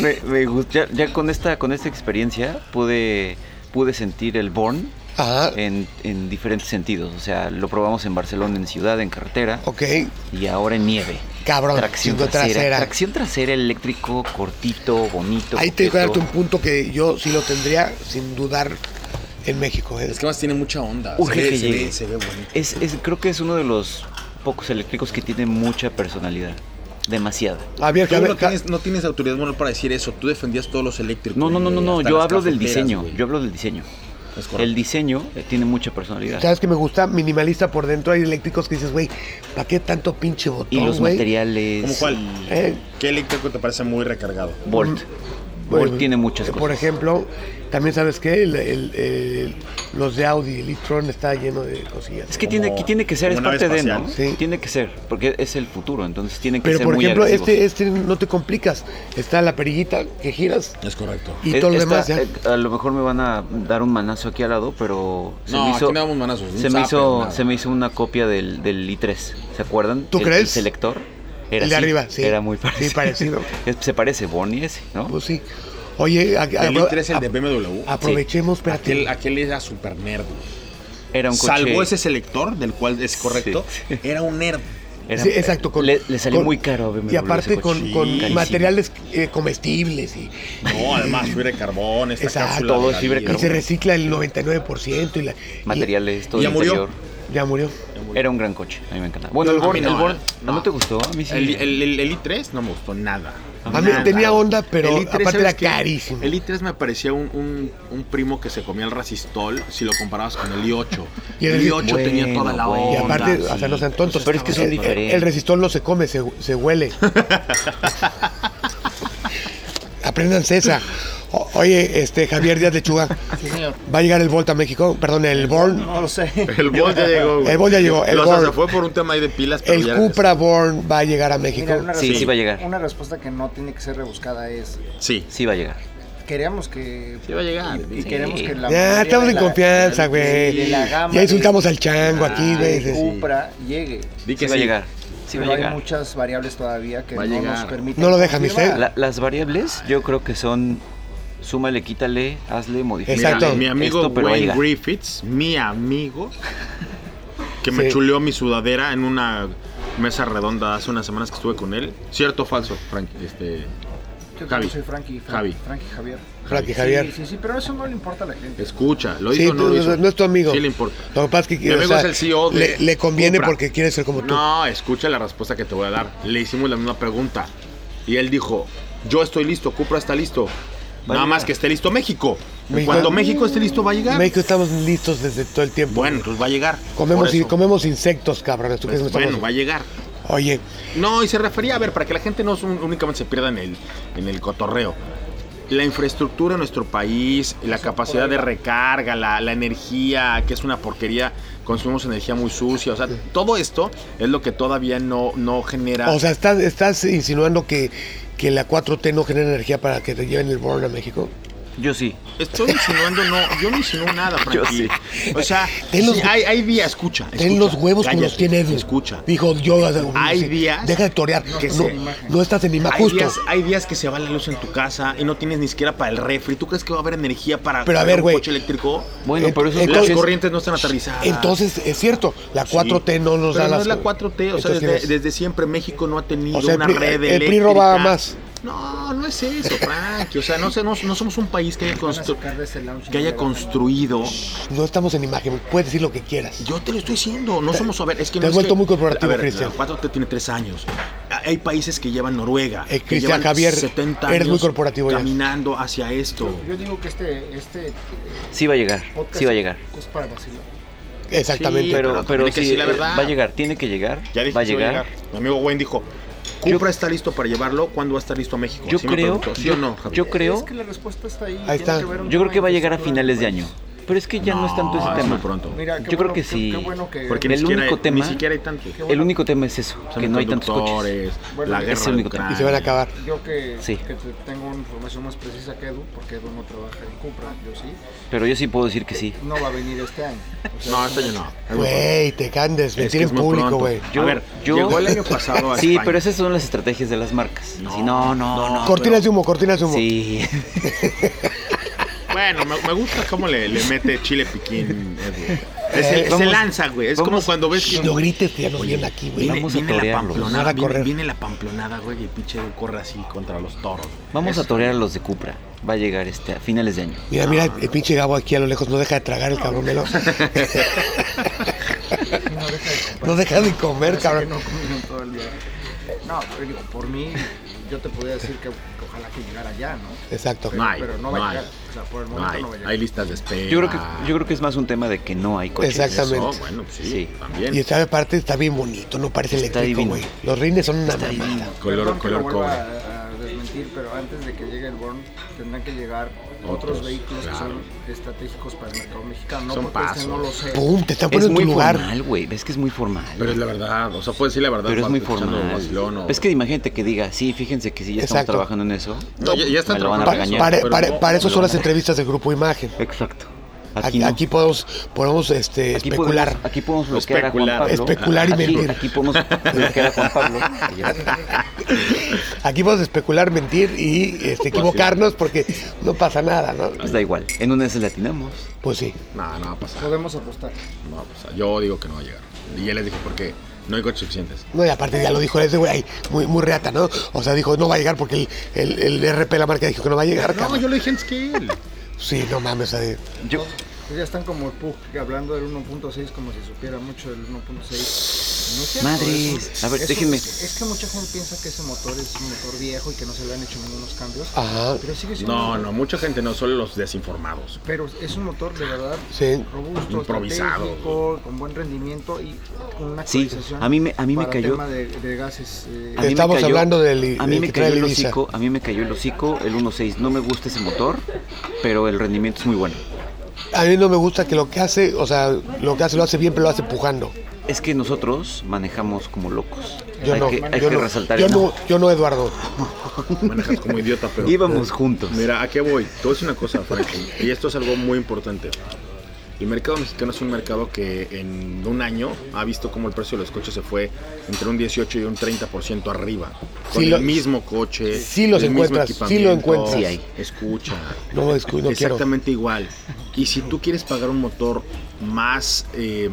Me, me gusta, ya, ya con esta con esta experiencia pude pude sentir el Born Ajá. en, en diferentes sentidos, o sea, lo probamos en Barcelona en ciudad, en carretera Ok. y ahora en nieve. Cabrón, Tracción siendo trasera, Ah, trasera. Tracción trasera eléctrico, cortito, bonito. Ahí te voy a darte coqueto. un punto que yo sí lo tendría sin dudar en México. ¿eh? más tiene mucha onda. Urge que llegue. bueno. Es, es- creo que es uno de los pocos eléctricos que tiene mucha personalidad, demasiada. Había que Tú no haber- tienes, no tienes autoridad moral para decir eso. Tú defendías todos los eléctricos. No, no, no, Eh, no, güey, no, hasta yo las hablo del cafeteras, diseño, güey. yo hablo del diseño. Es correcto. El diseño eh, tiene mucha personalidad. ¿Sabes que me gusta? Minimalista por dentro. Hay eléctricos que dices, güey, ¿para qué tanto pinche botón, Y los güey? materiales. ¿Cómo cuál? y- Eh, ¿Qué eléctrico te parece muy recargado? Volt. Bueno, Volt tiene muchas eh, cosas. Por ejemplo, también sabes que los de Audi, el e-tron está lleno de cosillas. es que tiene, que tiene que ser, es Una nave parte de, espacial. ¿no? Sí. Tiene que ser, porque es el futuro, entonces tienen que Pero ser por muy ejemplo, agresivos. este, este no te complicas. Está la perillita que giras Es correcto. y Es- todo lo esta, demás. ¿ya? eh, a lo mejor me van a dar un manazo aquí al lado, pero se No, me aquí hizo, no damos manazos, un se, me zape, hizo nada. se me hizo una copia del, del i3, ¿se acuerdan? ¿Tú El- El crees? selector. Era El de así, arriba, sí. Era muy Sí, parecido. parecido. Es- se parece Bonnie ese, ¿no? Pues sí. Oye, a- a- El i3 es el a- de BMW. aprovechemos, espérate. Aquel, aquel era super nerd. güey. era un coche. Salvo ese selector, del cual es correcto, era un nerd. era- eh, Sí, exacto. con- le, le salió con- muy caro a BMW Y aparte ese coche. con, con Carísimo. materiales eh, comestibles y, No, además, fibra de carbón, esta Exacto, cápsula. todo de es fibra de y Dalí. se carbón. recicla el 99% y la... y- Materiales, todo ¿Ya el murió? interior. ya murió. Era un gran coche, a mí me encantaba. Bueno, el a mí Born, no, eh, el Born, no. ¿no, te gustó? A mí sí. El, el- el- el i3 no me gustó nada. A mí Nada. tenía onda, pero El i3, aparte ¿sabes era qué? carísimo. El i3 me parecía un, un- un primo que se comía el resistol si lo comparabas con el i8. Y el el i8 Bueno, tenía toda la bueno. Y onda. aparte, sí. o sea, no sean tontos. Pero es que son El- diferentes. El resistor no se come, se, se huele. Aprendan esa. O- oye, este Javier Díaz Lechuga. ¿Va a llegar el Volt a México? Perdón, el Born. No lo sé. El Volt ya llegó. güey. El Volt ya llegó, el O sea, Volt. se fue por un tema ahí de pilas. pero ya El regresó. Cupra Born va a llegar a México. Mira, una Sí, respuesta- sí va a llegar. Una respuesta que no tiene que ser rebuscada es Sí. Sí va a llegar. queremos que Sí va a llegar. y queremos que Ya, la mayoría estamos de en la- confianza, de güey. la gama Ya de- insultamos al chango aquí, de güey. Cupra llegue. Di Sí va a llegar. Sí va a pero hay llegar. muchas variables todavía que Va a no nos llegar. permiten. No lo deja, confirmar. mister. La- las variables yo creo que son súmale, quítale, hazle, modifícale. Mira, Exacto. Mi amigo Esto, pero Wayne oiga. Griffiths, mi amigo, que me Sí. chuleó mi sudadera en una mesa redonda hace unas semanas que estuve con él. ¿Cierto o falso, Frank? Este, Yo Javi. también soy Frankie. Fra- Javi. Frankie Javier. Frankie Javier. Sí, sí, sí, pero eso no le importa a la gente. Escucha, ¿lo Sí, hizo o no no, lo hizo? no, no es tu amigo. Sí le importa. Lo que pasa es que Mi amigo o sea, es el CEO de le, le conviene Cupra. porque quiere ser como tú. No, escucha la respuesta que te voy a dar. Le hicimos la misma pregunta. Y él dijo, yo estoy listo, Cupra está listo. Nada más que esté listo México. México- Cuando México esté listo va a llegar. México estamos listos desde todo el tiempo. Bueno, pues va a llegar. comemos, Por y, eso. comemos insectos, cabrones. ¿tú Pues, crees que no bueno, estamos- va a llegar. Oye, No, y se refería, a ver, para que la gente no su- únicamente se pierda en el, en el cotorreo. La infraestructura en nuestro país, la capacidad de recarga, la, la energía, que es una porquería, consumimos energía muy sucia, o sea, todo esto es lo que todavía no, no genera... o sea, ¿estás, estás insinuando que, que la 4T no genera energía para que te lleven el born a México? Yo sí. Estoy insinuando, no, yo no insinúo nada, Yo Frankie. O sea, Ten los- sí, hay, hay vía, escucha, Ten escucha, los huevos como los cállate, tiene Edu. Escucha. Dijo yo. Hay sí, días Deja de torear. que no, se- no estás en Ima Hay justo. días, hay días que se va la luz en tu casa y no tienes ni siquiera para el refri. ¿Tú crees que va a haber energía para Pero a para ver, un güey. coche eléctrico? Bueno, Eh, pero eso eh, Las Entonces- corrientes no están aterrizadas. Entonces, es cierto, la 4T no nos Pero da no las. es la 4T, o sea, Entonces, ¿quién desde, es? desde siempre México no ha tenido O sea, el una PRI- red el eléctrica. PRI robaba más. No, no es eso, Frankie. O sea, no, sé, no, no somos un país que haya, Van a constru- sacar de ese lounge que haya y- construido. Pues, No estamos en imagen, puedes decir lo que quieras. Yo te lo estoy diciendo, no somos, a ver, es que te no has es vuelto que- muy corporativo, a ver, Cristian. La 4T tiene tres años. Hay países que llevan Noruega, Eh, que Cristian llevan Javier, 70 años eres muy corporativo ya. caminando hacia esto. Yo digo que este, este Sí va a llegar. podcast Sí va a llegar. es para vacilar. Exactamente. Sí, Pero, pero pero tiene que sí, decir la eh, verdad. va a llegar. Tiene que llegar. Ya dije va a que sí llegar. Mi amigo Wayne dijo, Cupra está listo para llevarlo, ¿cuándo va a estar listo a México? Yo Así me creo. preguntó, ¿sí yo, o no, Javier? yo creo. Es que la respuesta está ahí. Ahí tiene está. que ver un Yo creo tema que va a llegar a infraestructura finales de del año. Pero es que ya no, es tanto ese No, Ah, es muy tema. pronto. país. Mira, qué Yo creo bueno- que qué- sí. Qué bueno que Porque El ni siquiera, único tema- ni siquiera hay tantos. El único tema es eso, Son que no hay tantos coches. conductores, Bueno, la es guerra el de único tema. Y se van a Ucrania. acabar. Yo que, Sí. que te- tengo una información más precisa que Edu, porque Edu no trabaja en Cupra, yo sí. Pero yo sí puedo decir que sí. No va a venir este año. O sea, No, este año no. Es muy pronto. Güey, te candes, Es que mentir es en muy público, pronto. güey. A ver, Yo- llegó el año pasado a Sí, España. pero esas son las estrategias de las marcas. No, no, no. no, Cortinas de humo, cortinas de humo. Ah, Sí. Bueno, me, me gusta cómo le, le mete chile piquín. Edu. Es el, se vamos- lanza, güey. Es como vamos- cuando ves que. Eh, No grites que ya nos vienen aquí, güey. Viene, Vamos a viene la torearlos. Van a pamplonada, viene, correr. viene la pamplonada, güey, y el pinche Edu corre así contra los toros. güey. Vamos a torear a los de Cupra. Va a llegar este a finales de año. Mira, mira, el pinche Gabo aquí a lo lejos no deja de tragar el cabrón de los- no deja de comprar. No deja de comer, Parece que cabrón. No comieron todo el día. No, pero digo, por mí, yo te podría decir que ojalá que llegara ya, ¿no? Exacto. No hay, pero no no, va a hay. llegar. O sea, por el No momento hay. no va a llegar. Hay listas de espera. Yo creo que yo creo que es más un tema de que no hay coches. Exacto. Eso, Exactamente. bueno, pues sí, Sí. también. Y esta parte está bien bonito, no parece Está eléctrico, divino. güey. Los rines son una Está divino. mamada. color Perdón que color lo vuelva cobre. A, a desmentir, pero antes de que llegue el Born, tendrán que llegar otros, Otros, vehículos claro. que son estratégicos para el mercado mexicano. No Son porque este no pasos. lo sé. Pum, te están Es poniendo en muy tu lugar. formal, güey. Ves que es muy formal. Pero es la verdad, o sea, puedes decir la verdad. Pero es vas muy escuchando formal. vacilón o- Es que imagínate que diga, sí, fíjense que sí, ya estamos Exacto. trabajando en eso. No, ya, ya están Me lo van a trabajando en eso, regañar. Para, pero para- no, para eso no, son no. las entrevistas de Grupo Imagen. Exacto. Aquí, Aquí, no. aquí podemos, podemos este, Aquí especular. Podemos, aquí podemos bloquear Especular. a Juan Pablo. Especular y Aquí- mentir. Aquí podemos bloquear a Juan Pablo. Aquí podemos especular, mentir y este, equivocarnos porque no pasa nada, ¿no? Pues da igual. En una vez le atinamos. Pues sí. No, no va a pasar. Podemos apostar. No va a pasar. Yo digo que no va a llegar. Y ya les dije por qué. No hay coches suficientes. No, y aparte ya lo dijo ese güey, ahí, muy, muy reata, ¿no? O sea, dijo, no va a llegar porque el, el, el RP, la marca, dijo que no va a llegar. No, cabrón. yo lo dije antes que él. Sí, no mames. o sea, de- Yo, Pues ya están como el Pug hablando del 1.6 como si supiera mucho del 1.6. No es cierto, Madres. es un- A ver, es un- déjenme. Es que mucha gente piensa que ese motor es un motor viejo y que no se le han hecho ningunos cambios. Ajá. Pero sigue siendo. Ah. No, no, mucha gente no, solo los desinformados. Pero es un motor de verdad Sí. robusto, Improvisado. estratégico, con buen rendimiento y una Sí, actualización. a mí me- a mí me para cayó- tema de, de gases. eh, a mí me Estamos cayó- hablando del- a mí del me que trae cayó el el Ibiza. hocico, a mí me cayó el hocico, el 1.6. No me gusta ese motor, pero el rendimiento es muy bueno. A mí no me gusta que lo que hace, o sea, lo que hace lo hace bien, pero lo hace pujando. Es que nosotros manejamos como locos. Yo hay no. que, hay yo que no, resaltar yo eso. no, yo no, Eduardo. Manejas como idiota, pero. Íbamos juntos. Mira, ¿a qué voy? Te voy a decir una cosa, Frankie, y esto es algo muy importante. El mercado mexicano es un mercado que en un año ha visto cómo el precio de los coches se fue entre un 18 y un 30% arriba. Con Sí el lo- mismo coche. sí los el mismo encuentras, sí lo equipamiento. encuentras. Sí hay. Escucha. No, es que no quiero. exactamente igual. Y si tú quieres pagar un motor más eh,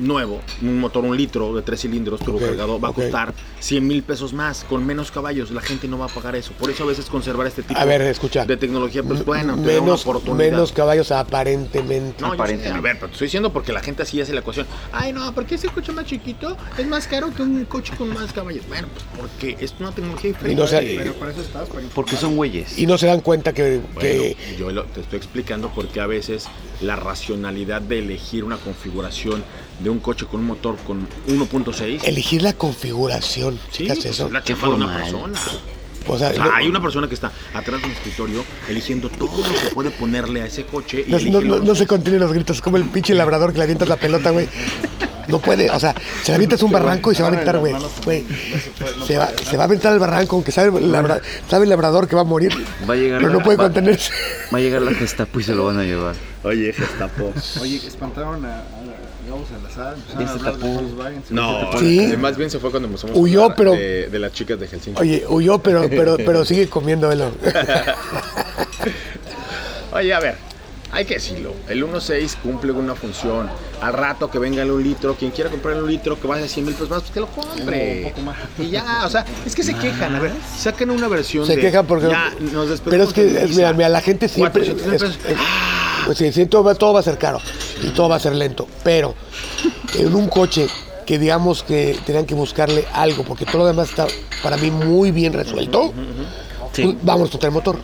nuevo, un motor un litro de tres cilindros turbocargado, va a ok. costar 100 mil pesos más, con menos caballos. La gente no va a pagar eso. Por eso a veces conservar este tipo A ver, escucha. de tecnología, pues bueno, te da una menos, oportunidad. menos caballos aparentemente. No, yo sé, Aparentemente. a ver, pero te estoy diciendo porque la gente así hace la ecuación. Ay, no, ¿por qué ese coche más chiquito es más caro que un coche con más caballos? Bueno, pues porque es una tecnología Y diferente. no, se, Pero para eso estás, para Porque son güeyes. y no se dan cuenta que, que- Bueno, yo lo- te estoy explicando porque a veces la racionalidad de elegir una configuración de un coche con un motor con 1.6 elegir la configuración. sí, Eh, ¿Qué haces pues, eso? es la Qué chamba de una formal. persona. O sea, O sea, no- hay una persona que está atrás de un escritorio eligiendo todo lo que puede ponerle a ese coche y No, elige no- lo- no- no se contienen los gritos, como el pinche labrador que le avientas la pelota, güey. No puede, o sea, se le avientas un barranco y se va a aventar, güey. Güey, Se va, se va a aventar el barranco, aunque sabe el, labra- sabe el labrador que va a morir. Va a llegar Pero no la- puede va- contenerse. Va a llegar la Gestapo y se lo van a llevar. Oye, Gestapo. Oye, espantaron a, a la- Gabo Salazar, Ya empezaron a se hablar de tapó. Volkswagen. se No, fue- Sí. eh, más bien se fue cuando empezamos Huyó, hablar pero- de, de las chicas de Helsinki. Oye, Oye, huyó, pero, pero, pero sigue comiendo velo. a ver, hay que decirlo. El 1.6 cumple una función. Al rato que venga el 1 litro, quien quiera comprar el 1 litro, que vaya a 100 mil pesos más, pues que lo compre. Un poco más. Y ya, o sea, es que se quejan. A ver, sacan una versión Se de... quejan porque. Ya, nos despedimos pero es de que, es, mira, Televisa. mira, la gente siempre. 400 mil es- pesos. es- pues sí, sí, todo, va- todo va a ser caro y todo va a ser lento. Pero en un coche que digamos que tenían que buscarle algo, porque todo lo demás está para mí muy bien resuelto, pues, vamos contra el motor.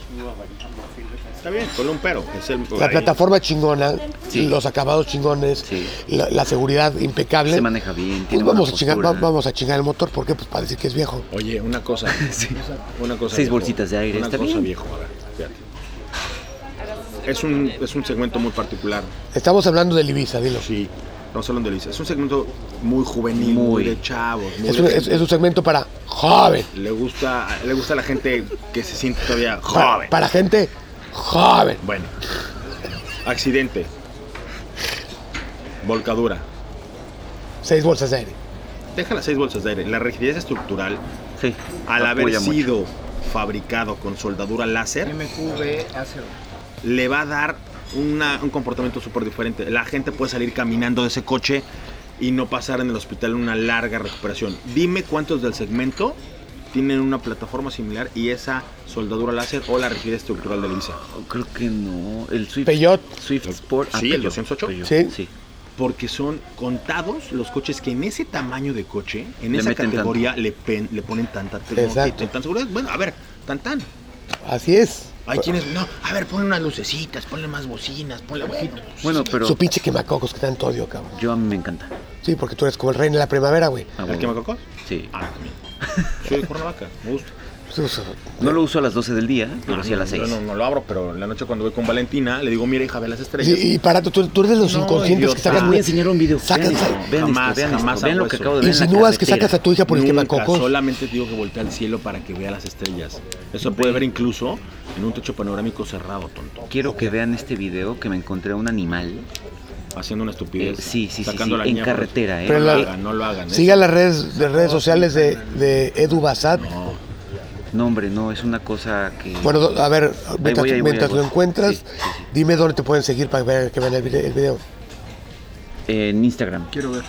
Está bien, con un pero. Es el, La ahí. plataforma chingona, los acabados chingones, Sí. la, la seguridad impecable. Se maneja bien, Pues tiene vamos, buena a chingar, va- postura. vamos a chingar el motor, porque pues para decir que es viejo. Oye, una cosa. Una cosa. Seis viejo, bolsitas de aire, Una está cosa bien. viejo, a ver, fíjate. Es un, es un segmento muy particular. Estamos hablando del Ibiza, dilo. Sí. No solo de Lisa. Es un segmento muy juvenil, muy, Muy. de chavos. muy Es de un, es- gente. es un segmento para joven. Le gusta, le gusta a la gente que se siente todavía Para- joven. para gente joven. Bueno. Accidente. Volcadura. Seis bolsas de aire. Deja las seis bolsas de aire. La rigidez estructural, Sí. al haber Apoya mucho. sido fabricado con soldadura láser, MQB hace le va a dar una- un comportamiento súper diferente. La gente puede salir caminando de ese coche y no pasar en el hospital una larga recuperación. Dime cuántos del segmento tienen una plataforma similar y esa soldadura láser o la rigidez estructural de Lisa. Creo que no. El Swift. Peugeot. Swift Sport. Ah, Sí, el 208. Sí. sí. Porque son contados los coches que en ese tamaño de coche, en Le esa meten categoría, le, pen- le ponen tanta tecnología y Exacto. tanta seguridad. Bueno, a ver, tan tan. Así es. Hay quienes, no, a ver, ponle unas lucecitas, ponle más bocinas, ponle ojitos. Bueno, pero Su pinche quemacocos que tanto odio, cabrón. yo a mí me encanta. Sí, porque tú eres como el rey de la primavera, güey. Ah, ¿El bueno. quemacocos? Sí. Ah, también. Soy de Cuernavaca, me gusta. No lo uso a las 12 del día, pero No, sí a las no, 6. Ah, yo No, no lo abro, pero en la noche cuando voy con Valentina, le digo, mira hija, ve las estrellas. Sí, y para tú, tú eres de los No, inconscientes que idiota. Les sacan. voy a enseñar un video. Sacan- vean esto, sacan- vean Jamás, esto, vean esto, jamás vean hago lo que eso. acabo de ver. en la Insinúas que carretera. sacas a tu hija por el Nunca, quemacocos. solamente te digo que voltea al cielo para que vea las estrellas. Eso puede ver incluso en un techo panorámico cerrado, tonto. Quiero que vean este video que me encontré a un animal. Haciendo una Eh, estupidez. sí, sí, sí, sacando sí, la pues. en ñapa. carretera, eh. Pero No la- lo hagan, no lo hagan. ¿eh? Siga las redes, de redes sociales de, de Edu Basat. No, No, hombre, no, es una cosa que... Bueno, do- a ver, mientras, voy, ahí voy, mientras ahí voy. lo encuentras, Sí, sí, sí. dime dónde te pueden seguir para ver, que vean el vide- el video. en Instagram. Quiero ver.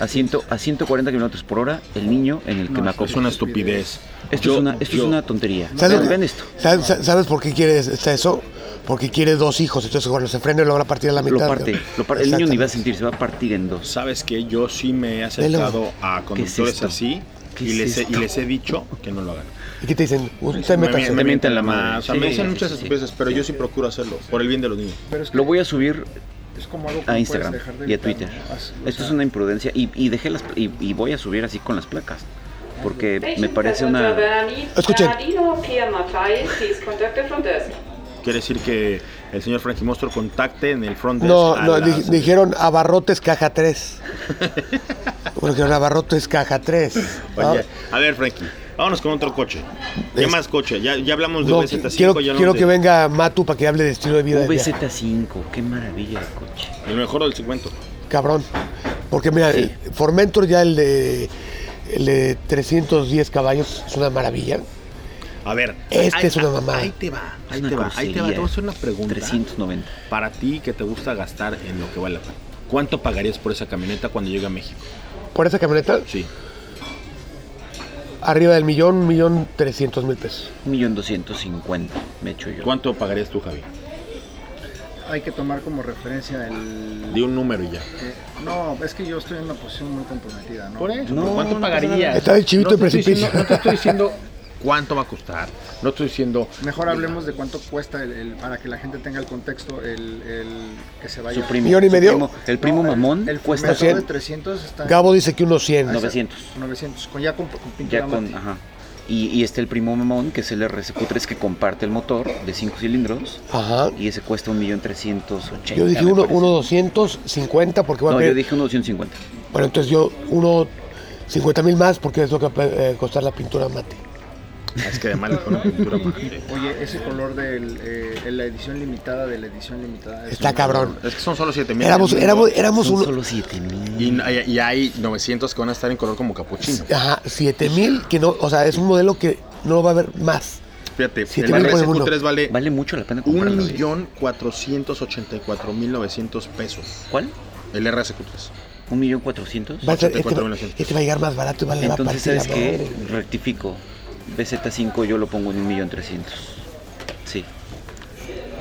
A, ciento- a 140 kilómetros por hora, el niño en el quemacocos. es una estupidez. Esto, Yo- es, una, esto yo- es una tontería. ¿Sabes, lo Vean, que- vean esto. ¿sabes, sa- sabes por qué quiere está eso? Porque quiere dos hijos, entonces cuando se frena lo van a partir a la Lo mitad. parte. lo par- el niño ni va a sentir, se va a partir en dos. ¿Sabes que Yo sí me he Velo. acercado a conductores esto? así ¿Qué y es les, he, y esto? les he dicho que no lo hagan. ¿Y qué te dicen? Usted me, métase. me mientan la madre. madre. O sea, Sí, me dicen sí, muchas sí, sí. estupideces, pero yo sí procuro hacerlo por el bien de los niños. Pero es que Lo voy a subir es como algo que no a puedes Instagram dejar de y a evitar, Twitter. ¿no? Así, o Esto es sea, una imprudencia y, y dejé las y, y voy a subir así con las placas porque me parece una Escuchen. Quiere decir que el señor Frankie Mostro contacte en el front desk No, a no, las- di- dijeron abarrotes caja 3. Porque el abarrotes caja 3. Oye, a ver, Frankie, vámonos con otro coche. ¿Qué ah. Es- más coche? Ya, ya hablamos de No, Z5. quiero ya hablamos quiero de- que venga Matu para que hable de estilo de vida. de viaje. VZ5, qué maravilla de coche. El mejor del segmento. Cabrón. Porque mira, Sí. el Formentor ya el de, el de 310 caballos es una maravilla. A ver. Este es una mamada. Ahí te va, Es ahí una te va, ahí te va. Te grosería. voy a hacer una pregunta. 390. Para ti que te gusta gastar en lo que vale la pena. ¿Cuánto pagarías por esa camioneta cuando llegue a México? Por esa camioneta, Sí. arriba del millón, millón trescientos mil pesos. Millón doscientos cincuenta, me echo yo. ¿Cuánto pagarías tú, Javi? Hay que tomar como referencia el. Di un número y ya. eh, no, es que yo estoy en una posición muy comprometida, ¿no? pero ¿cuánto pagarías? Está el chivito No de te estoy precipicio. diciendo- no te estoy diciendo cuánto va a costar. No estoy diciendo Mejor hablemos de cuánto cuesta el, el- para que la gente tenga el contexto, el, el que se vaya. Su primo. Millón y su medio. primo- el primo No, mamón el, el cuesta fumetador de 100. 300 está Gabo dice que unos 100. 900. 900, con ya con, con pintura Ya con, mate. ajá. Y, y está el primo mamón, que es el RSQ3 que comparte el motor de 5 cilindros. Ajá. Y ese cuesta un millón trescientos ochenta, Yo dije me uno, parece. uno 250 porque va a No, yo querer- dije uno 250. Bueno, entonces yo uno 50 mil más porque es lo que va a eh, costar la pintura mate. es que además le ponen pintura mate. Oye, ese color del, eh, en la edición limitada de la edición limitada. es Está un- cabrón. Es que son solo 7 mil. Éramos, éramos, éramos Son Pues uno- solo 7 mil. Y, hay- y hay 900 que van a estar en color como capuchino. Ajá, 7 mil, que no, o sea, es un modelo que no va a haber más. Fíjate, Siete el mil por RSQ3 vale Vale mucho la pena comprarlo. ¿eh? 1.484.900 pesos. ¿Cuál? El RSQ3. ¿Un millón cuatrocientos? Va a ser- este, 84,000 va, gente. este va a llegar más barato y va, le va a Entonces, partir la ¿sabes qué? madre. Rectifico. BZ5 yo lo pongo en un millón trescientos. Sí.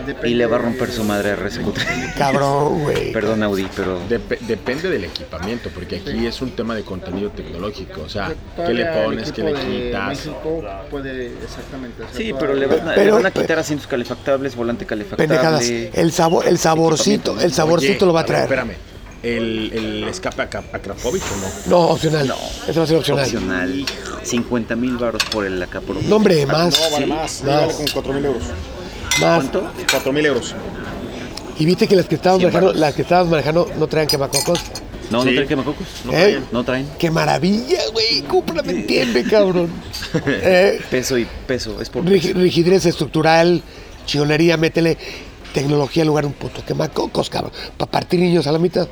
depende Y le va a de- romper su madre RSQ3. Cabrón, güey. Perdón, Audi, pero... Dep- depende del equipamiento, porque aquí es un tema de contenido tecnológico. O sea, ¿qué le Todavía el pones? ¿Qué le equipo de quitas? México puede exactamente hacer Sí, toda- pero pues le van a, Pero- le van a quitar asientos calefactables, volante calefactable. Pendejadas. El, sabor, el saborcito, el saborcito Oye, lo va a ver, traer. espérame. ¿El, el escape a, Kra- a Krapovich o no? No, opcional. Ese va a ser opcional. Opcional. 50 mil baros por el Acapulco. No, hombre, más. más. No. vale como 4 mil euros. más. ¿Cuánto? 4 mil euros. Y viste que las que estábamos Cien manejando, varos. las que estábamos manejando no traían quemacocos. No, Sí. no traen quemacocos. No ¿Eh? traen. No traen. ¡Qué maravilla, güey! Cúmprame, entiende, cabrón. Eh, Peso y peso. Es por rigi- rigidez estructural, chingonería, métele tecnología al lugar de un puto quemacocos, cabrón. Para partir niños a la mitad.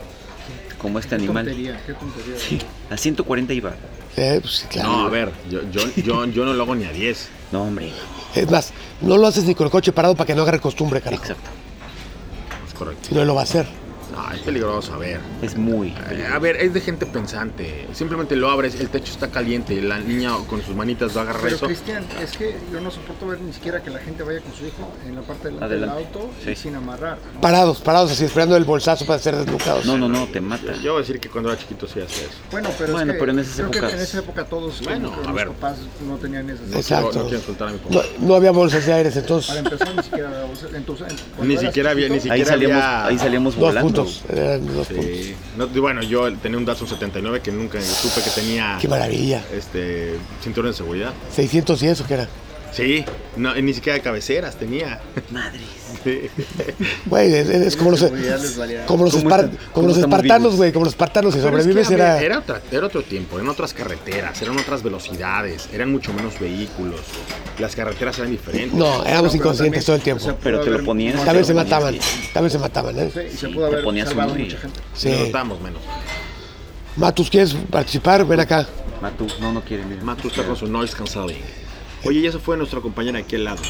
como este Qué animal. tontería, qué tontería. A 140 iba. Eh, pues sí, claro. No, a ver, yo, yo, yo, yo no lo hago ni a 10. No, hombre. Es más, no lo haces ni con el coche parado para que no agarre costumbre, carajo. Exacto. Es correcto. Si no, él lo va a hacer. No, es peligroso, a ver. Es muy. Eh, A ver, es de gente pensante. Simplemente lo abres, el techo está caliente, la niña con sus manitas va a agarrar Pero eso. Cristian, es que yo no soporto ver ni siquiera que la gente vaya con su hijo en la parte delante Adelante. del auto Sí. y sin amarrar. Parados, parados, así esperando el bolsazo para ser desnucados. No, no, no, te mata. Yo voy a decir que cuando era chiquito sí hacía eso. Bueno, pero, Bueno, es que pero en esas creo épocas- que en esa época todos Bueno, como que a los ver. papás no tenían esas No quiero, Exacto. no quiero insultar a mi papá. No, no había bolsas de aires Para entonces. empezar, ni siquiera había voces. Entonces, cuando Ni eras siquiera había- ni chiquito, Ahí siquiera salíamos, había ahí salíamos Dos volando. puntos. eran dos puntos. Sí. No, y bueno, yo tenía un Datsun 79 que nunca supe que tenía Qué maravilla. este cinturón de seguridad. 610 o qué era. Sí, no, ni siquiera cabeceras tenía. Madres. Sí. Güey, es, es como los, ya les valía. como los, ¿Cómo espar- están- como cómo los estamos espartanos, vivos? güey. Como los espartanos, si Pero es que, sobrevives a ver, era... era, otra- era otro tiempo, eran otras carreteras, eran otras velocidades, eran mucho menos vehículos. Las carreteras eran diferentes. No, éramos pero inconscientes también, todo el o tiempo. sea, Pero te lo haber- ponías. Tal vez se te lo ponías mataban, y- tal vez se mataban, ¿eh? Sí, y se Sí, pudo te haber ponías salvado uno y- mucha gente. Nos Sí. notamos menos. Matus, ¿quieres participar? Ven acá. Matú, no, no quiere, mira. Matu está con su noise cancelling. Oye, y eso fue nuestra compañera aquí al lado.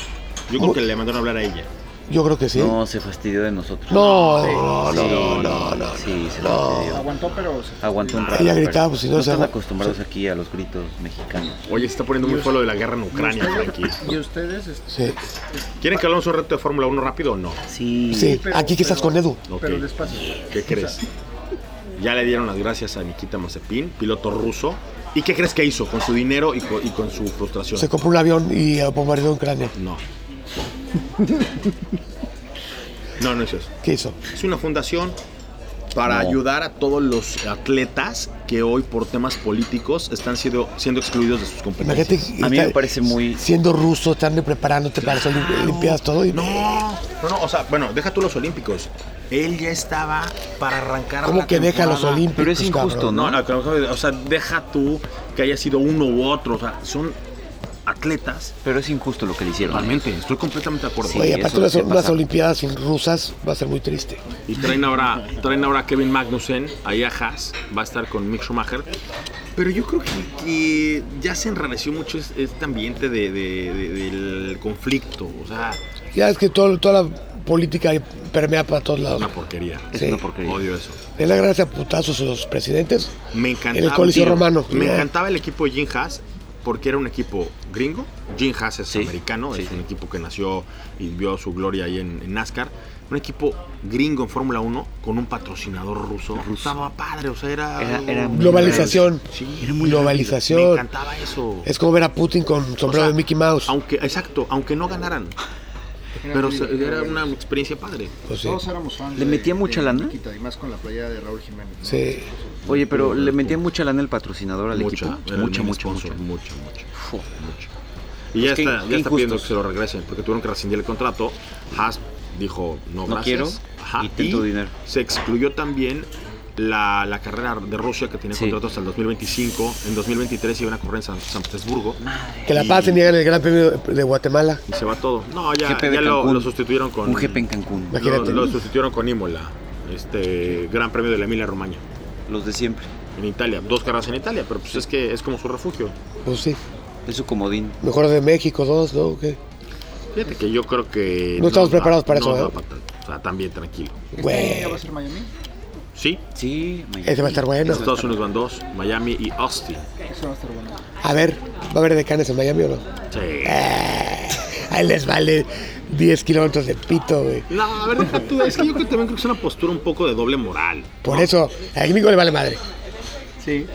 Yo Oh. creo que le mandaron a hablar a ella. Yo creo que sí. No, No, se fastidió de nosotros. no, no, Sí, no, no. no. Sí, se fastidió. Aguantó, pero se fue. Aguantó un rato. Ella pero gritaba, pues, si no no se están va- acostumbrados aquí a los gritos mexicanos. Oye, se está poniendo muy solo de la guerra en Ucrania, Frankie. Ah. Y ustedes, este, Sí. ¿Quieren que hablemos un reto de Fórmula 1 rápido o no? Sí. Sí, pero- aquí quizás pero- con Edu. Ok. pero despacio. ¿Qué crees? Ya le dieron las gracias a Nikita Mazepin, piloto ruso. ¿Y qué crees que hizo con su dinero y co- y con, su frustración? Se compró un avión y eh, bombardeó Ucrania. No. No, no es eso. ¿Qué hizo? Es una fundación para ayudar a todos los atletas que hoy por temas políticos están siendo, siendo excluidos de sus competencias. Imagínate. A mí estar- me parece muy. Siendo ruso, están preparándote para las olim- Olimpiadas, todo. Y... No, no, no, o sea, bueno, deja tú los olímpicos. Él ya estaba para arrancar ¿Cómo la que deja los temporada. olímpicos, Pero es injusto, cabrón? No, no, creo que- o sea, deja tú que haya sido uno u otro. O sea, son atletas. Pero es injusto lo que le hicieron. Realmente, estoy completamente de acuerdo. Sí. Oye, eso aparte unas, se unas pasa. olimpiadas sin rusas va a ser muy triste. Y traen ahora, traen ahora a Kevin Magnussen, ahí a Haas, va a estar con Mick Schumacher. Pero yo creo que, que ya se enrareció mucho es- este ambiente de- de- de- del conflicto. O sea, Ya es que todo, toda la política permea para todos lados. Una porquería. Es Sí. una porquería. Odio eso. De la gracia a putazos a los presidentes. Me encantaba. En el Coliseo Sí, Romano. Me encantaba el equipo de Jim Haas porque era un equipo gringo. Jim Haas es Sí, americano, sí, es sí. un equipo que nació y vio su gloria ahí en, en NASCAR. Un equipo gringo en Fórmula 1 con un patrocinador ruso. Estaba padre, o sea, era. Era- algo- era muy Globalización. Sí, Globalización. Me encantaba eso. Es como ver a Putin con O sombrero sea, de Mickey Mouse. Aunque, exacto, aunque no ganaran. Pero o sea, era una experiencia padre. Pues sí. Todos éramos fans. ¿Le de- metía de mucha lana? Miquita, Y más con la playa de Raúl Jiménez. ¿no? Sí. Oye, pero le metían mucha lana el patrocinador al Mucha, equipo. era el Mucha, main mucha, sponsor, mucha. mucha, mucha. Fu. mucho. Y ya Pues qué- está, qué ya está pidiendo injustos. que se lo regresen, porque tuvieron que rescindir el contrato. Haas dijo, no, No gracias. quiero, Ajá, y ten tu dinero. Se excluyó también la, la carrera de Rusia, que tenía Sí. contrato hasta el 2025. En 2023 iban a correr en San, San Petersburgo. Que la Y- paz tenía en el Gran Premio de Guatemala. Y se va todo. No, ya, GP de ya lo, Cancún. lo sustituyeron con... Un GP en Cancún. Imagínate. lo, lo sustituyeron con Imola, este gran premio de la Emilia Romagna. Los de siempre. En Italia, dos carreras en Italia, pero pues es que es como su refugio. Pues sí. Es su comodín. Mejor de México, dos, ¿no? ¿Qué? Fíjate que yo creo que... No estamos da- preparados para no eso, da ¿eh? pa' tanto. O sea, también tranquilo. ¿Este Güey. ya va a ser Miami? Sí, Sí, Miami. Ese va a estar bueno. Estados Unidos van dos, Miami y Austin. Eso va a estar bueno. A ver, ¿va a haber decanes en Miami o no? Eh, Sí. Ahí les vale 10 kilómetros de pito, güey. No, a ver, deja tú, es que yo creo que también creo que es una postura un poco de doble moral. Por eso, al gringo le vale madre. Sí.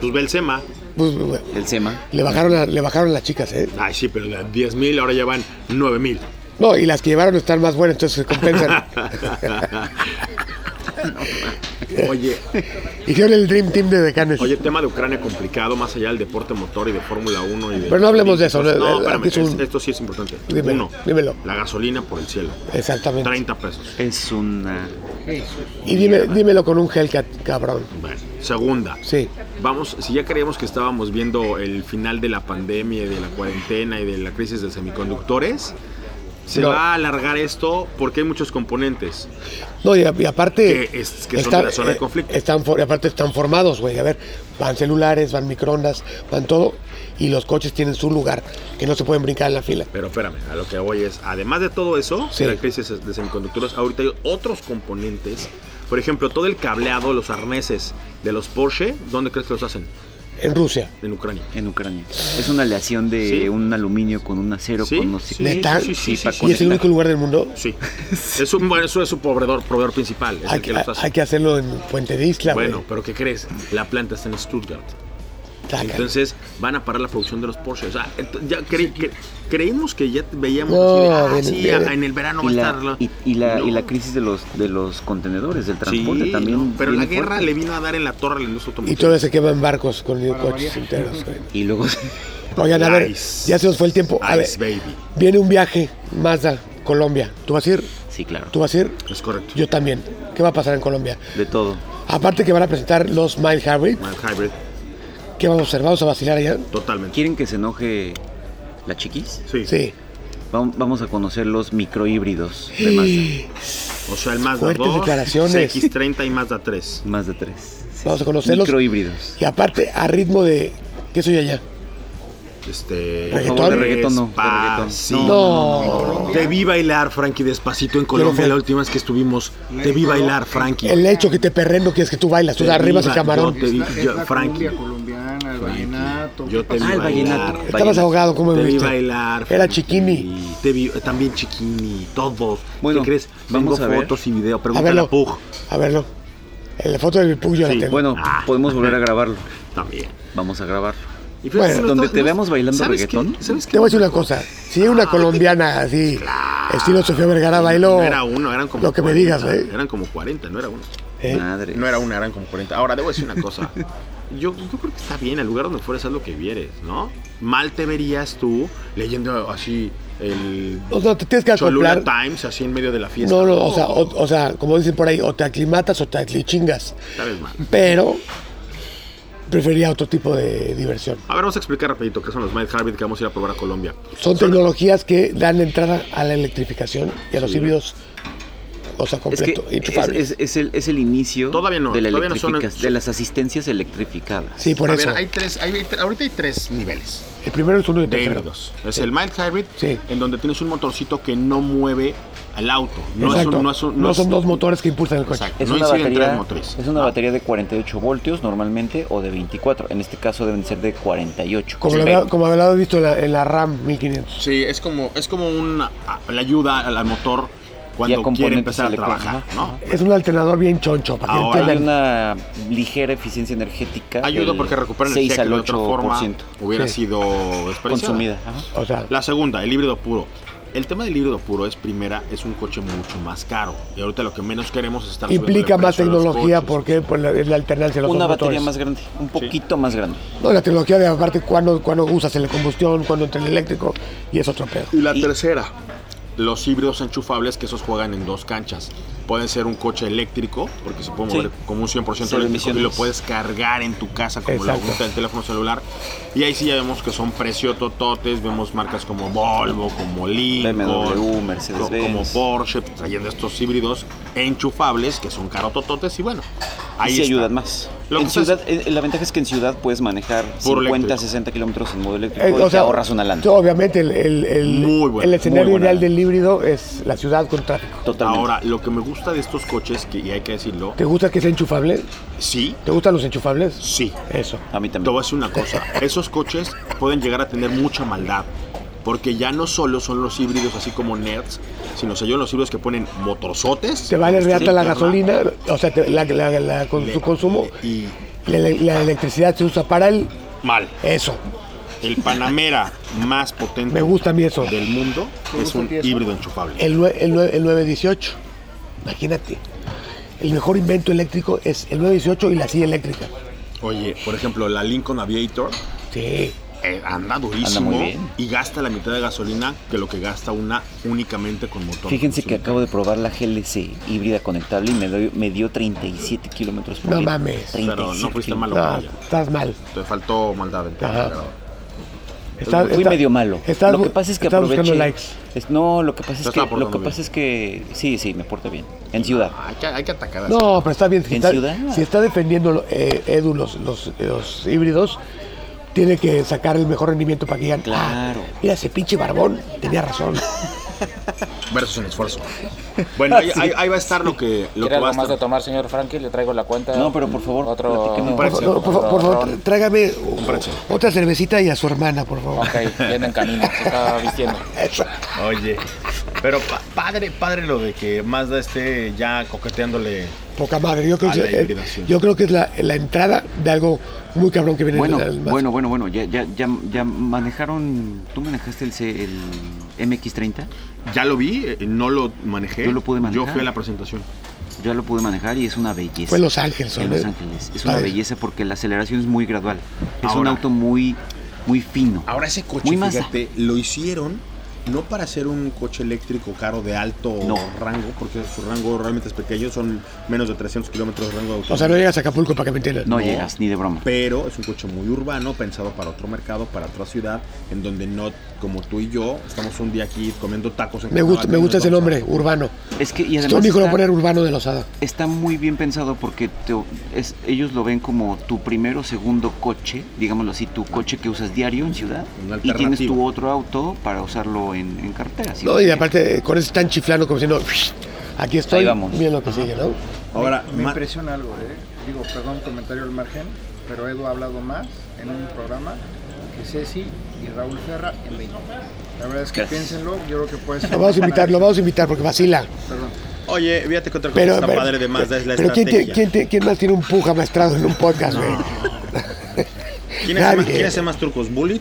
Pues Belsema, Pues, güey, El SEMA. le, bajaron a- le bajaron las chicas, ¿eh? ay sí, pero de 10 mil ahora ya van 9 mil. No, y las que llevaron están más buenas, entonces se compensan. Oye, Hicieron el Dream Team de decanes. oye, tema de Ucrania complicado, más allá del deporte motor y de Fórmula 1 y de... Pero no hablemos de eso, No, no, espérame, es un- es- esto sí es importante. Dímelo, Uno, dímelo. la gasolina por el cielo, Exactamente. 30 pesos. Es una. Y dime, dímelo con un Hellcat, cabrón. Bueno, segunda, Sí. Vamos, si ya creíamos que estábamos viendo el final de la pandemia y de la cuarentena y de la crisis de semiconductores, se No. va a alargar esto porque hay muchos componentes. No, y, y aparte. Que es- que son de la zona de eh, conflicto. Están, for- y aparte están formados, güey. A ver, van celulares, van microondas, van todo. Y los coches tienen su lugar, que no se pueden brincar en la fila. Pero espérame, a lo que voy es, además de todo eso, Sí. de la crisis de semiconductores, ahorita hay otros componentes. Por ejemplo, todo el cableado, los arneses de los Porsche, ¿dónde crees que los hacen? En Rusia. En Ucrania. En Ucrania. Es una aleación de Sí. un aluminio con un acero, Sí, con no sé sí, qué. Neta. sí, sí, sí, para Y es sí. conectar. el único lugar del mundo. Sí. es un, bueno, eso es su proveedor, proveedor principal. es el Hay, que los hay- hace. hay que hacerlo en Puente de Isla, güey. bueno, pero ¿qué crees? La planta está en Stuttgart. Taca. Entonces van a parar la producción de los Porsche. O sea, ent- ya cre- cre- creímos que ya veíamos No, así de, ah, viene- sí, viene. en el verano va Y a la, estar. la- y, y la, y la No. crisis de los, de los contenedores, del Sí, transporte también. no, pero la viene guerra fuerte. le vino a dar en la torre a la industria Y automotriz. todavía se queman barcos con coches enteros, güey. Y luego. Oigan, a ver, Nice. ya se nos fue el tiempo. A ver, Ice Baby, viene un viaje, Mazda, Colombia. ¿Tú vas a ir? sí, claro. ¿Tú vas a ir? es correcto. Yo también. ¿Qué va a pasar en Colombia? De todo. Aparte que van a presentar los Mile Hybrid, Mild Hybrid, ¿qué vamos a hacer? ¿Vamos a vacilar allá? totalmente. ¿Quieren que se enoje la chiquis? Sí. Sí. Vam- Vamos a conocer los microhíbridos de Mazda. O sea, el Mazda Fuertes 2, declaraciones. X30 y Mazda 3. Más de tres. Sí. Vamos a conocerlos. Microhíbridos. Y aparte, a ritmo de... ¿Qué soy allá? Este, Por favor, de reggaetón no, de Ah, reggaetón. Despacito. No. Te vi bailar, Frankie, despacito en Yo no Colombia fui. la última vez que estuvimos. Te vi bailar, Frankie. El hecho que te perren no quieres que tú bailas, tú Te arribas el viva, camarón. yo te- Es la, yo- es la Frankie. cumbia colombiana, el vallenato. Yo te ¿qué vi pasó? Ah, el bailar. vallenato. Estabas Vaya. ahogado, ¿cómo me Te vi viste? bailar. Era Frankie. chiquini. Te vi eh, también chiquini, todos. Bueno, ¿Qué crees? Vengo vamos a ver. fotos y video. A Pregúntale a verlo. Pug. A verlo. En la foto del Pug yo la Sí, tengo. Bueno, Ah. podemos volver a grabarlo. También. Vamos a grabarlo. Y Bueno, que no donde estás- te veamos bailando ¿sabes reggaetón? qué? ¿Sabes qué? Te voy a decir una cosa. Si Ah, una colombiana así, estilo Sofía Vergara, bailó... No era uno, eran como Lo que me 40, digas, ¿eh? Eran como 40, no era uno. ¿Eh? Ah. Madre. No era uno, eran como 40. Ahora, debo decir una cosa. Yo, yo creo que está bien, el lugar donde fueres haz lo que vieres, ¿no? Mal te verías tú leyendo así el O sea, te tienes que Cholula acoplar. Times, así en medio de la fiesta. No, no, o sea, o, o sea, como dicen por ahí, o te aclimatas o te aclichingas. Tal vez mal. Pero prefería otro tipo de diversión. A ver, vamos a explicar rapidito qué son los Mad Hybrid que vamos a ir a probar a Colombia. Son tecnologías que dan entrada a la electrificación y a los híbridos O sea, Es que completo, es, enchufable. es- es el, es el inicio Todavía no, de, la todavía no son- electrifica- de las asistencias electrificadas. sí, por a eso. ver, hay tres, hay- hay tre- ahorita hay tres niveles el primero es uno y el de tercero. híbridos. Es el mild hybrid, Sí. en donde tienes un motorcito que no mueve al auto. No es un- Exacto. no es un- no son es- dos motores que impulsan el coche. Exacto. Es no una, inciden tres batería, motores. es una batería de 48 voltios normalmente o de 24. En este caso deben ser de 48. Como, lo había, como había visto en la, en la RAM 1500. Sí, es como, es como una a- la ayuda al al motor cuando quiere componentes empezar a electrónicos, trabajar, ajá, ¿no? Es un alternador bien choncho. Para que Ahora- Hay entiendan. una ligera eficiencia energética. Ayuda del porque recuperan el 6 cheque al de otra 8% forma Pues hubiera Sí. sido desperdiciada. consumida. ajá. O sea, La segunda, el híbrido puro. El tema del híbrido puro es primera, es un coche mucho más caro. Y ahorita lo que menos queremos es estar subiendo implica el más precio de los tecnología coches. porque pues, la, es la alternancia de los Una dos batería motores. más grande, un poquito más grande. No, la tecnología de aparte cuando, cuando usas el combustión, cuando entra el eléctrico, y es otro pedo. Y la tercera, los híbridos enchufables que esos juegan en dos canchas. Pueden ser un coche eléctrico, porque se puede Sí. mover como un 100% Cero eléctrico y lo emisiones. puedes cargar en tu casa como la Exacto. punta del teléfono celular. Y ahí sí ya vemos que son preciotototes, vemos marcas como Volvo, como Lincoln, BMW, co- como Mercedes-Benz. Porsche, pues, trayendo estos híbridos enchufables que son carotototes y bueno, ahí y sí está. ayudan más. Lo que En pasa es- ciudad, eh, la ventaja es que en ciudad puedes manejar Puro 50, eléctrico. 60 kilómetros en modo eléctrico Eh, y te ahorras una lana. sí, Obviamente, el, el, el, Muy buena, el muy escenario buena ideal lana. del híbrido es la ciudad con tráfico. Totalmente. Ahora, lo que me gusta de estos coches, que, y hay que decirlo, ¿Te gusta que sea enchufable? sí, ¿Te gustan los enchufables? sí, Eso. a mí Te voy a también. decir una cosa, esos coches pueden llegar a tener mucha maldad, porque ya no solo son los híbridos así como nerds, sino se llevan los híbridos que ponen motorzotes. Te vale reata la interna, gasolina, o sea, te- la, la- la- con le- su consumo. Y La, la- la electricidad se usa para el. mal. Eso. El Panamera más potente Me gusta a mí eso. del mundo es gusta un a ti eso? híbrido enchufable. El, nue- el, nue- el 918. Imagínate. El mejor invento eléctrico es el 918 y la silla eléctrica. Oye, por ejemplo, la Lincoln Aviator Sí. eh, anda durísimo Anda muy bien. y gasta la mitad de gasolina que lo que gasta una únicamente con motor. Fíjense que acabo de probar la GLC híbrida conectable y me, doy- me dio 37 kilómetros por No litro. mames. Pero no fuiste malo. No, vaya. estás mal. Te faltó maldad. en tu Ajá. cargador. Estás- Fui está- medio malo. estás lo que bu- pasa es que estás aproveché. buscando likes. es- no, lo que pasa es Estás que lo aportando que bien. pasa es que sí, sí, me porté bien en ciudad. Hay que, hay que atacar así. No, pero está bien. Si En está, ciudad. si está defendiendo eh, Edu los, los, los híbridos, tiene que sacar el mejor rendimiento para que digan, Claro. "Ah, mira ese pinche barbón, tenía razón. versus un esfuerzo. Bueno, ahí, ahí- ahí va a estar lo que, lo que ¿Quiere va a algo más de estar. tomar, señor Frankie? Le traigo la cuenta. No, pero por favor, Otro. platíquenos. Por, Parece- no, por fa- por favor, Ron. tráigame o- otra cervecita y a su hermana, por favor. Ok, viene en camino. Se está vistiendo. Eso. Oye, pero pa- padre, padre lo de que Mazda esté ya coqueteándole. Poca madre, yo creo, A que, la eh, hibridación. yo creo que es la, la entrada de algo muy cabrón que viene Bueno, del- del- bueno, bueno, bueno, ya, ya, ya, ya manejaron. ¿Tú manejaste el, C- el MX30? Ya lo vi, eh, no lo manejé. Yo lo pude manejar. Yo fui a la presentación. Yo lo pude manejar y es una belleza. Fue en Los Ángeles, En ¿no? Los Ángeles. Es una Ay. belleza porque la aceleración es muy gradual. Es un Ahora. auto muy, muy fino. Ahora ese coche, Muy Mazda. fíjate, lo hicieron no para ser un coche eléctrico caro de alto No. rango, porque su rango realmente es pequeño, son menos de 300 kilómetros de rango de O sea, no llegas a Acapulco para que me entiendan. No, llegas, ni de broma. pero es un coche muy urbano, pensado para otro mercado, para otra ciudad, en donde no, como tú y yo, estamos un día aquí comiendo tacos. En Me gusta, me Cuernavaca, gusta nos ese vamos a- nombre, Urbano. Es que, y Estoy además dijo está, poner Urbano de Lozada. está muy bien pensado porque te- es- ellos lo ven como tu primero o segundo coche, digámoslo así, tu coche que usas diario en ciudad. Una Y tienes alternativa. tu otro auto para usarlo en, en carretera. si No, lo y quieres. aparte, eh, con eso están chiflando como diciendo, "Psh, aquí estoy, Ahí vamos. miren lo que sigue, ¿no? Ahora, me ma- impresiona algo, ¿eh? Digo, perdón, comentario al margen, pero Edu ha hablado más en un programa que Ceci y Raúl Ferra en 20. La verdad es que Gracias. piénsenlo, yo creo que puede ser. Lo vamos a un invitar, lo análisis. vamos a invitar porque vacila. Perdón. oye, fíjate que otra cosa Pero, está pero- padre de Mazda es la pero ¿quién, estrategia. tiene- quién tiene- quién más tiene un puja maestrado en un podcast, güey? ¿Quién hace más, Nadie. quién hace más trucos, Bullet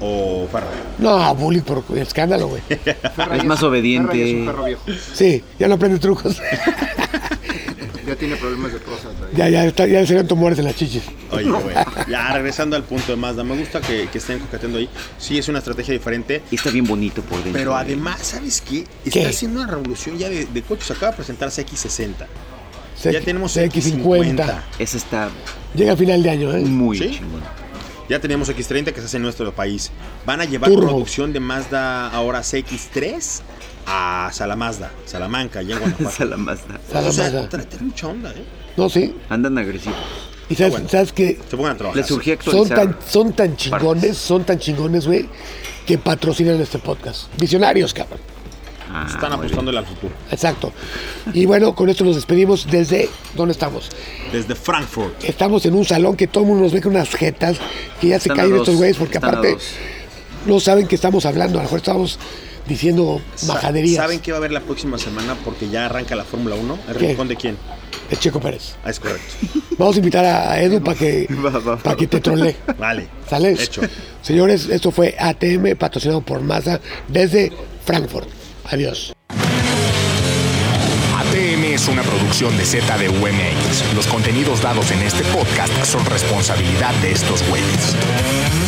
o Ferrari? No, bully por escándalo, güey. Ferra Es ya más Ferra ya obediente. es un perro viejo. Sí, ya no aprende trucos. Ya tiene problemas de próstata. ya, ya, está, ya serían tumores en las chichis. Oye, güey, ya regresando al punto de Mazda, me gusta que, que estén coqueteando ahí. Sí, es una estrategia diferente, Y está bien bonito por dentro. pero además, ¿sabes qué? Está ¿Qué? haciendo una revolución ya de, de coches. Acaba de presentarse X60. ya CX- tenemos CX50. X50. Ese está Llega a final de año, ¿eh? muy ¿Sí? chingón. Ya tenemos X30 que se hace en nuestro país. Van a llevar Turbo. producción de Mazda ahora CX3 a Salamazda, Salamanca, allá en Guanajuato. Salamazda. o sea, Salamazda. tra- traen mucha onda, ¿eh? No, sí. Andan agresivos. Y sabes, bueno. sabes que Se pongan a trabajar. Les surgía son Ah, actualizar. tan, son tan chingones, son tan chingones, güey, que patrocinan este podcast. Visionarios, cabrón. Ah, Están muy bien. apostándole al futuro. Exacto. Y bueno, con esto nos despedimos desde dónde estamos. Desde Frankfurt. Estamos en un salón que todo el mundo nos ve con unas jetas que ya se Están a caen dos, estos güeyes porque están a aparte dos. no saben que estamos hablando, a lo mejor estamos diciendo Sa- majaderías. ¿Saben qué va a haber la próxima semana? Porque ya arranca la Fórmula 1. ¿El ¿Qué? rincón de quién? De Checo Pérez. Ah, es correcto. Vamos a invitar a Edu para que, Va, va, va. para que te trole. Vale. ¿Sale? Hecho. Señores, esto fue ATM patrocinado por Mazda desde Frankfurt. Adiós. ATM es una producción de ZDUMX. Los contenidos dados en este podcast son responsabilidad de estos güeyes.